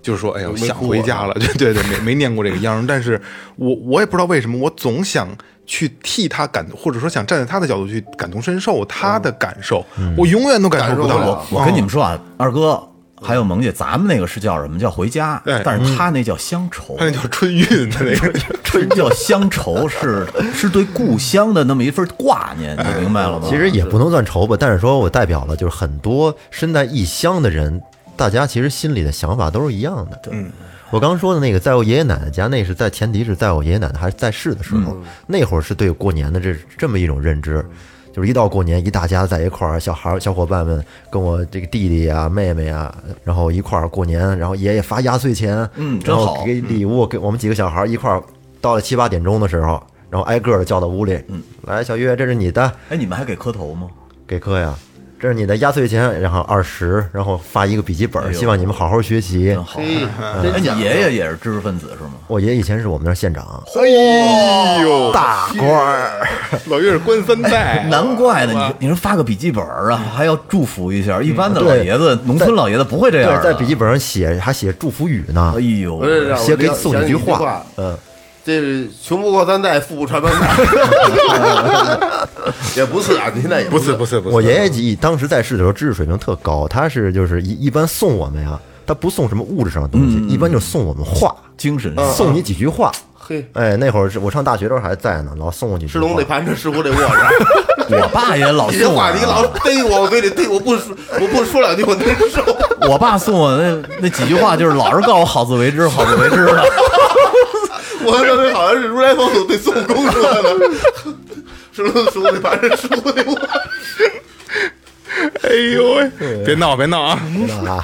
就是说，哎呀，我想回家了， 对对对，没啊没念过这个秧，但是我我也不知道为什么，我总想去替他感，或者说想站在他的角度去感同身受他的感受，我永远都嗯感受不感受到。哦我跟你们说啊，二哥还有萌姐，咱们那个是叫什么叫回家哎对，但嗯是他那叫乡愁 他，那叫春运的那个，这叫乡愁，是是对故乡的那么一份挂念，你明白了吗？其实也不能算愁吧，但是说我代表了就是很多身在异乡的人，大家其实心里的想法都是一样的。对，嗯我刚说的那个，在我爷爷奶奶家，那是在前提是在我爷爷奶奶还在世的时嗯候，那会儿是对过年的这这么一种认知。就是一到过年，一大家在一块儿，小孩儿、小伙伴们跟我这个弟弟啊、妹妹啊，然后一块儿过年，然后爷爷发压岁钱，嗯然真后好给礼物，给我们几个小孩儿一块儿，到了七八点钟的时候，然后挨个的叫到屋里，嗯，来，小月，这是你的，哎，你们还给磕头吗？给哥呀，这是你的压岁钱，然后二十，然后发一个笔记本，呦希望你们好好学习真。好，嘿哎，真你讲究爷爷也是知识分子是吗？我爷以前是我们那儿县长， 啊哎呦，大官儿，老岳是官三哦代，哎难怪呢，你你说发个笔记本儿啊，还要祝福一下。一般的老嗯对爷子，农村老爷子不会这样对，的。在笔记本上写还写祝福语呢哎。呦不，是让我写给想送想你起句一句话话，嗯，这是穷不过三代，富不传八代， 也不是啊，现在 也不是不是不是，我爷爷以当时在世的时候，知识水平特高，他是就是一一般送我们呀，他不送什么物质上的东西，一般就送我们话，精神上送你几句话。嘿，哎，那会儿是我上大学的时候还在呢，老送我几句石龙话得。盘着，石虎得握着。我爸也老你这送啊我话你老逮我，我非得逮，我不说，我不说两句我难受。我爸送我那那几句话，就是老是告诉我好自为之，好自为之啊的。我认为好像是如来佛祖对孙悟空说的，石龙石虎得盘着，石虎得握着。哎呦喂，别闹别闹啊！哎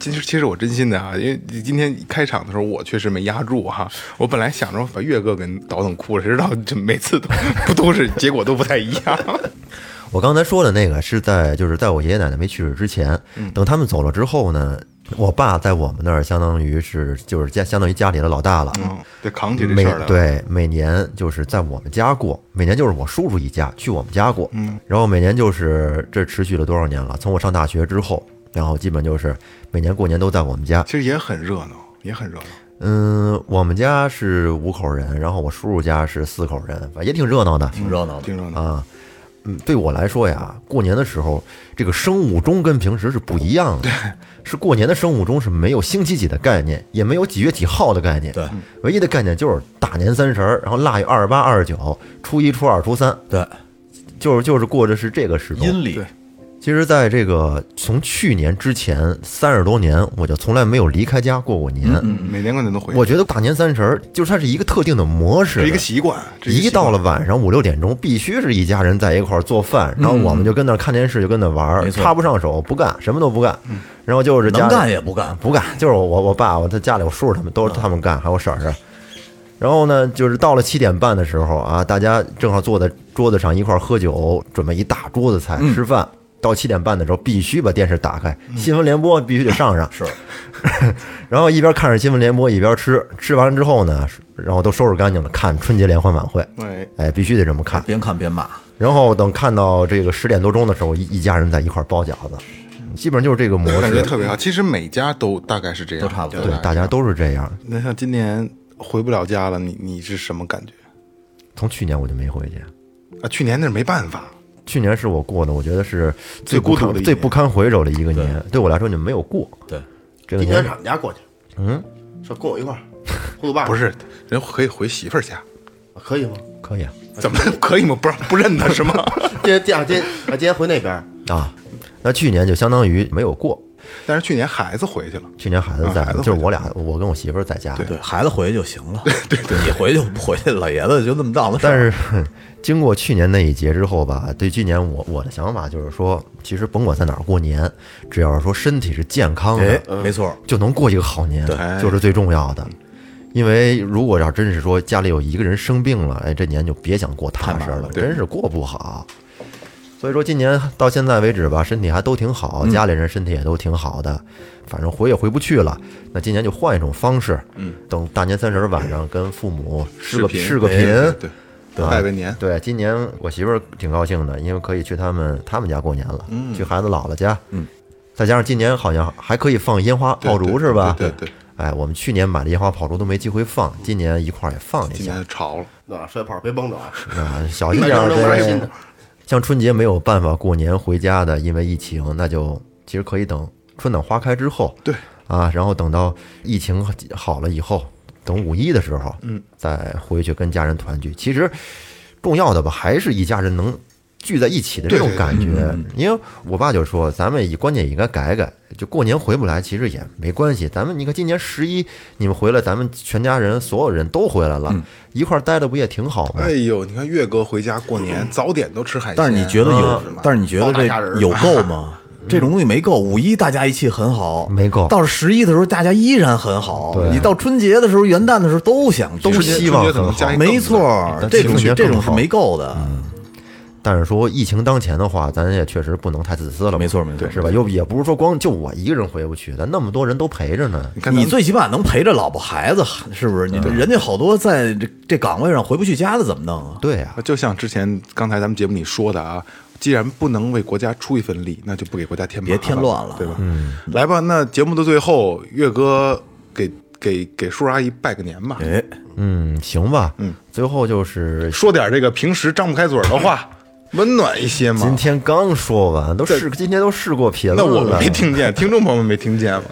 其实其实我真心的啊，因为今天开场的时候我确实没压住哈、我本来想着把岳哥给倒腾哭了，谁知道这每次都 不都是结果都不太一样。我刚才说的那个是在就是在我爷爷奶奶没去世之前，等他们走了之后呢，我爸在我们那儿相当于是就是家相当于家里的老大了。嗯，得扛起这每事儿来。，对每年就是在我们家过，每年就是我叔叔一家去我们家过，嗯，然后每年就是这持续了多少年了？从我上大学之后，然后基本就是每年过年都在我们家。其实也很热闹，也很热闹。嗯，我们家是五口人，然后我叔叔家是四口人，反正也挺热闹的。挺热闹的。听着呢，啊，嗯，对我来说呀，过年的时候这个生物钟跟平时是不一样的。是过年的生物钟是没有星期几的概念，也没有几月几号的概念。对，唯一的概念就是大年三十儿，然后腊月二十八、二十九、初一、初二、初三，对，就是就是过着是这个时钟。阴历对其实，在这个从去年之前三十多年，我就从来没有离开家过过年。每年过年都回，嗯我觉得大年三十儿就是它是一个特定的模式，这是一个习惯。这是一习惯到了晚上五六点钟，必须是一家人在一块儿做饭，然后我们就跟那儿看电视，就跟那儿玩儿，没错插不上手，不干，什么都不干。嗯然后就是家能里干也不干，不干， 就是我我我爸我他家里我叔叔他们都嗯是他们干，还有我婶儿啊。然后呢，就是到了七点半的时候啊，大家正好坐在桌子上一块儿喝酒，准备一大桌子菜嗯吃饭。到七点半的时候，必须把电视打开，新闻联播必须得上上。是 然后一边看着新闻联播一边吃，吃完之后呢，然后都收拾干净了，看春节联欢晚会。哎，哎，必须得这么看。边看边骂，然后等看到这个十点多钟的时候，一一家人在一块儿包饺子，基本上就是这个模感觉式。特别好。其实每家都大概是这样，都差不多对，大家都是这样。那像今年回不了家了，你你是什么感觉从去年我就没回去，啊？去年那是没办法，去年是我过的，我觉得是最不孤独堪的一年最不堪回首的一个年。对我来说，你没有过对，这个今天年上，你家过去，嗯，说跟我一块儿，葫芦爸不是人可以回媳妇儿家，可以吗？可以啊怎么可以吗？不让不认他是吗？ 今天第二天啊，今天回那边，啊。那去年就相当于没有过，但是去年孩子回去了，去年孩子在，啊孩子就是我俩，我跟我媳妇儿在家。对孩子回去就行了。对对，你回去不回去，老爷子就那么档子事但儿。是 哼经过去年那一劫之后吧，对今年我我的想法就是说，其实甭管在哪儿过年，只要是说身体是健康的，哎，没错，就能过一个好年，对就是最重要的。因为如果要真是说家里有一个人生病了，哎，这年就别想过踏实了，对真是过不好。所以说今年到现在为止吧，身体还都挺嗯好，家里人身体也都挺好的，反正回也回不去了。那今年就换一种方式，嗯，等大年三十晚上跟父母视个频视个频，对对，啊拜个年，对，今年我媳妇儿挺高兴的，因为可以去他们他们家过年了，去孩子姥姥家。嗯，再加上今年好像还可以放烟花对炮对竹是吧？对对对哎，我们去年买的烟花炮竹都没机会放，今年一块儿也放一今下年就潮了，那摔炮别崩着啊！ 啊，小心点买儿。点儿买点儿新对的， 像春节没有办法过年回家的，因为疫情，那就其实可以等春暖花开之后。对啊，然后等到疫情好了以后，等五一的时候，嗯，再回去跟家人团聚。其实重要的吧，还是一家人能聚在一起的这种对对感觉。因为我爸就说，咱们以观念也应该改改，就过年回不来，其实也没关系。咱们你看，今年十一你们回来，咱们全家人所有人都回来了，一块儿待着不也挺好吗？嗯哎呦，你看岳哥回家过年早点都吃海鲜，嗯但是你觉得有，但是你觉得抱大家人这儿有 够吗？这种东西没够。五一大家一起很好，没够到十一的时候，大家依然很好对。你到春节的时候、元旦的时候都想都去春节希望春节可能很好加一更没错这对，种情绪是更这种是好没够的。但是说疫情当前的话，咱也确实不能太自私了嘛，没错没错是吧？又也不是说光就我一个人回不去，咱那么多人都陪着呢。你看咱你最起码能陪着老婆孩子，是不是？你人家好多在这这岗位上回不去家的，怎么弄啊？对呀、就像之前刚才咱们节目里说的啊，既然不能为国家出一份力，那就不给国家添麻烦别添乱了对吧？来吧，那节目的最后，岳哥给给给叔叔阿姨拜个年吧，哎，嗯，行吧，嗯，最后就是说点这个平时张不开嘴的话，温暖一些今嘛。天刚说完，都试今天都试过频了，那我们没。听见，听众朋友们没听见吗？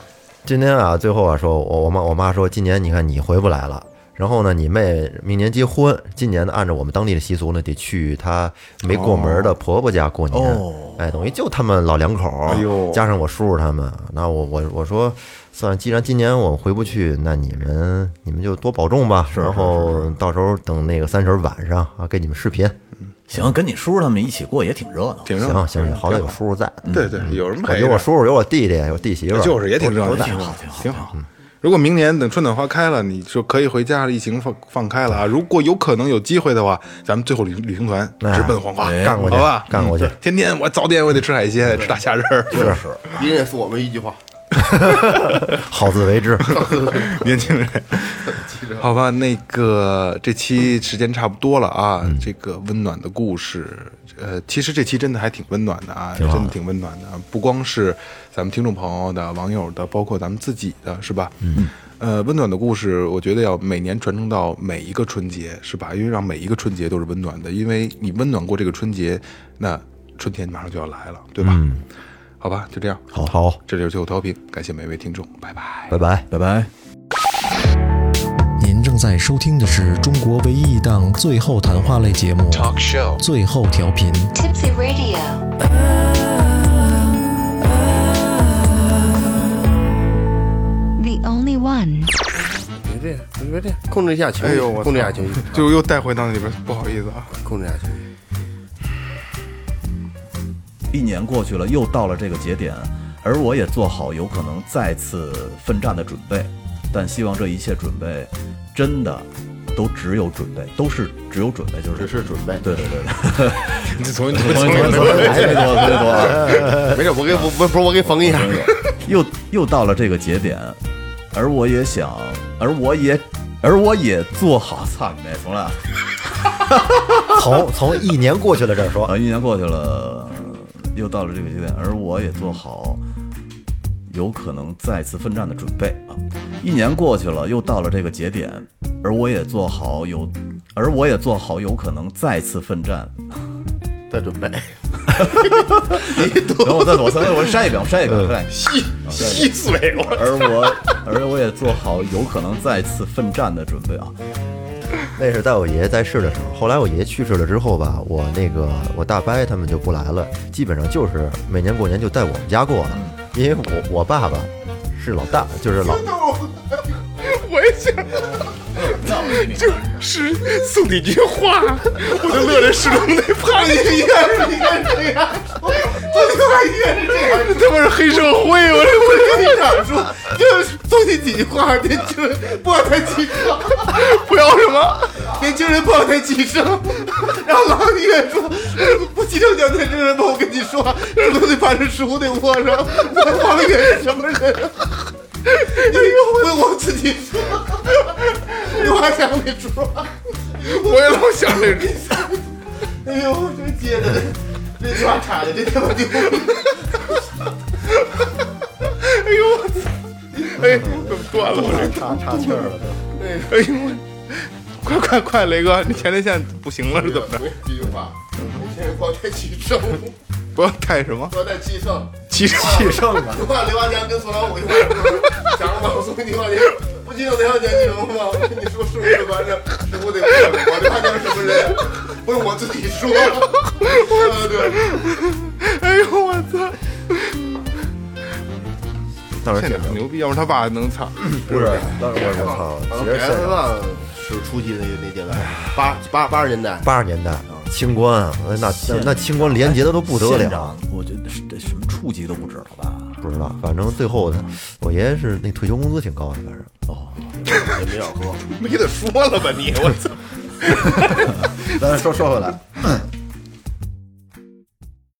今天啊，最后啊，说我我妈我妈说，今年你看你回不来了。然后呢，你妹明年结婚，今年呢按照我们当地的习俗呢，得去她没过门的婆婆家过年。哦哎，等于就他们老两口，哎呦加上我叔叔他们。那我我我说，算，既然今年我回不去，那你们你们就多保重吧。然后到时候等那个三十晚上啊，给你们视频，行，跟你叔叔他们一起过也挺热闹，挺热闹行，行，好歹有叔叔在，对对，有人我陪有我着，叔叔，有我弟弟，有弟媳妇儿，就是也挺热闹，挺好，挺好，挺嗯好。如果明年等春暖花开了，你就可以回家了，疫情放放开了啊！如果有可能有机会的话，咱们最后旅旅行团哎直奔黄花，干过去好吧？干过去嗯天天我早点我得吃海鲜，吃大虾仁儿。是，一人送我们一句话，好自 为之。年轻人，好吧，那个这期时间差不多了啊，这个温暖的故事，呃，其实这期真的还挺温暖的啊，真的挺温暖的啊，不光是咱们听众朋友的、网友的，包括咱们自己的，是吧？嗯。呃，温暖的故事，我觉得要每年传承到每一个春节，是吧？因为让每一个春节都是温暖的，因为你温暖过这个春节，那春天马上就要来了，对吧？好吧，就这样，好好，这里是最后调频，感谢每位听众，拜拜。拜拜。拜拜。您正在收听的是中国唯一一档最后谈话类节目《 Talk Show。最后调频》。 Tipsy Radio. The only one. 别这样，别这样，控制一下情哎绪呦我，操控制一下情绪，就又带回到那里边，不好意思啊。控制一下情绪。一年过去了，又到了这个节点，而我也做好有可能再次奋战的准备，但希望这一切准备真的都只有准备，都是只有准备，就是只是准备对对对 对，你从从从 从没多没多，没事，我给我不不是我给缝一下。又又到了这个节点，而我也想，而我也。而我也做好， 操你妹！重来从 从一年过去了这儿说，啊！一年过去了，呃又到了这个节点，而我也做好有可能再次奋战的准备啊！一年过去了，又到了这个节点，而我也做好有，而我也做好有可能再次奋 战。再准备，等我再我再我删一遍，我删一遍，我删一遍吸 吸水我。而我而我也做好有可能再次奋战的准备啊！那是在我爷爷在世的时候。后来我爷爷去世了之后吧，我那个我大伯他们就不来了，基本上就是每年过年就在我们家过了，因为我我爸爸是老大，就是老我也想，就是送你句话，我就乐着始终那胖你你看你看这样，这他妈是黑社会，我这我跟你讲说，就是送你几句话，年轻人不要太激动，不要什么，年轻人不要太激动。然后老李也说，不激动叫年轻人吧，我跟你说，这都得把这食物得握上，我忘了也是什么人。哎呦，我我自己说，我还想没说，我也老想那个。哎呦，我这接着这句话插的，这他妈就，哎呦我操，哎，怎么断了？我这插插气儿了，哎呦，快快快，雷哥，你前列腺不行了是怎么着？继续吧，我太气盛，不要太什么我太气盛。气势。上啊！我把刘华强跟索老五一块儿说，想让我送你话，你不记得刘华强你么吗？我跟你说是不是完整？是不得我刘华强什么人？不是我自己说的。我对，哎呦我操！当时现挺场牛逼，要不然他爸能操。不是，当时我操，其实现场忘是初期的那年代，八八八十年代，八十年代清官啊，那那那清官廉洁的都不得县了，长，我觉得是这什么处级都不止了吧？不知道，反正最后的我爷爷是那退休工资挺高的，反正也没少喝。没得说了吧你？我操！咱说说回来，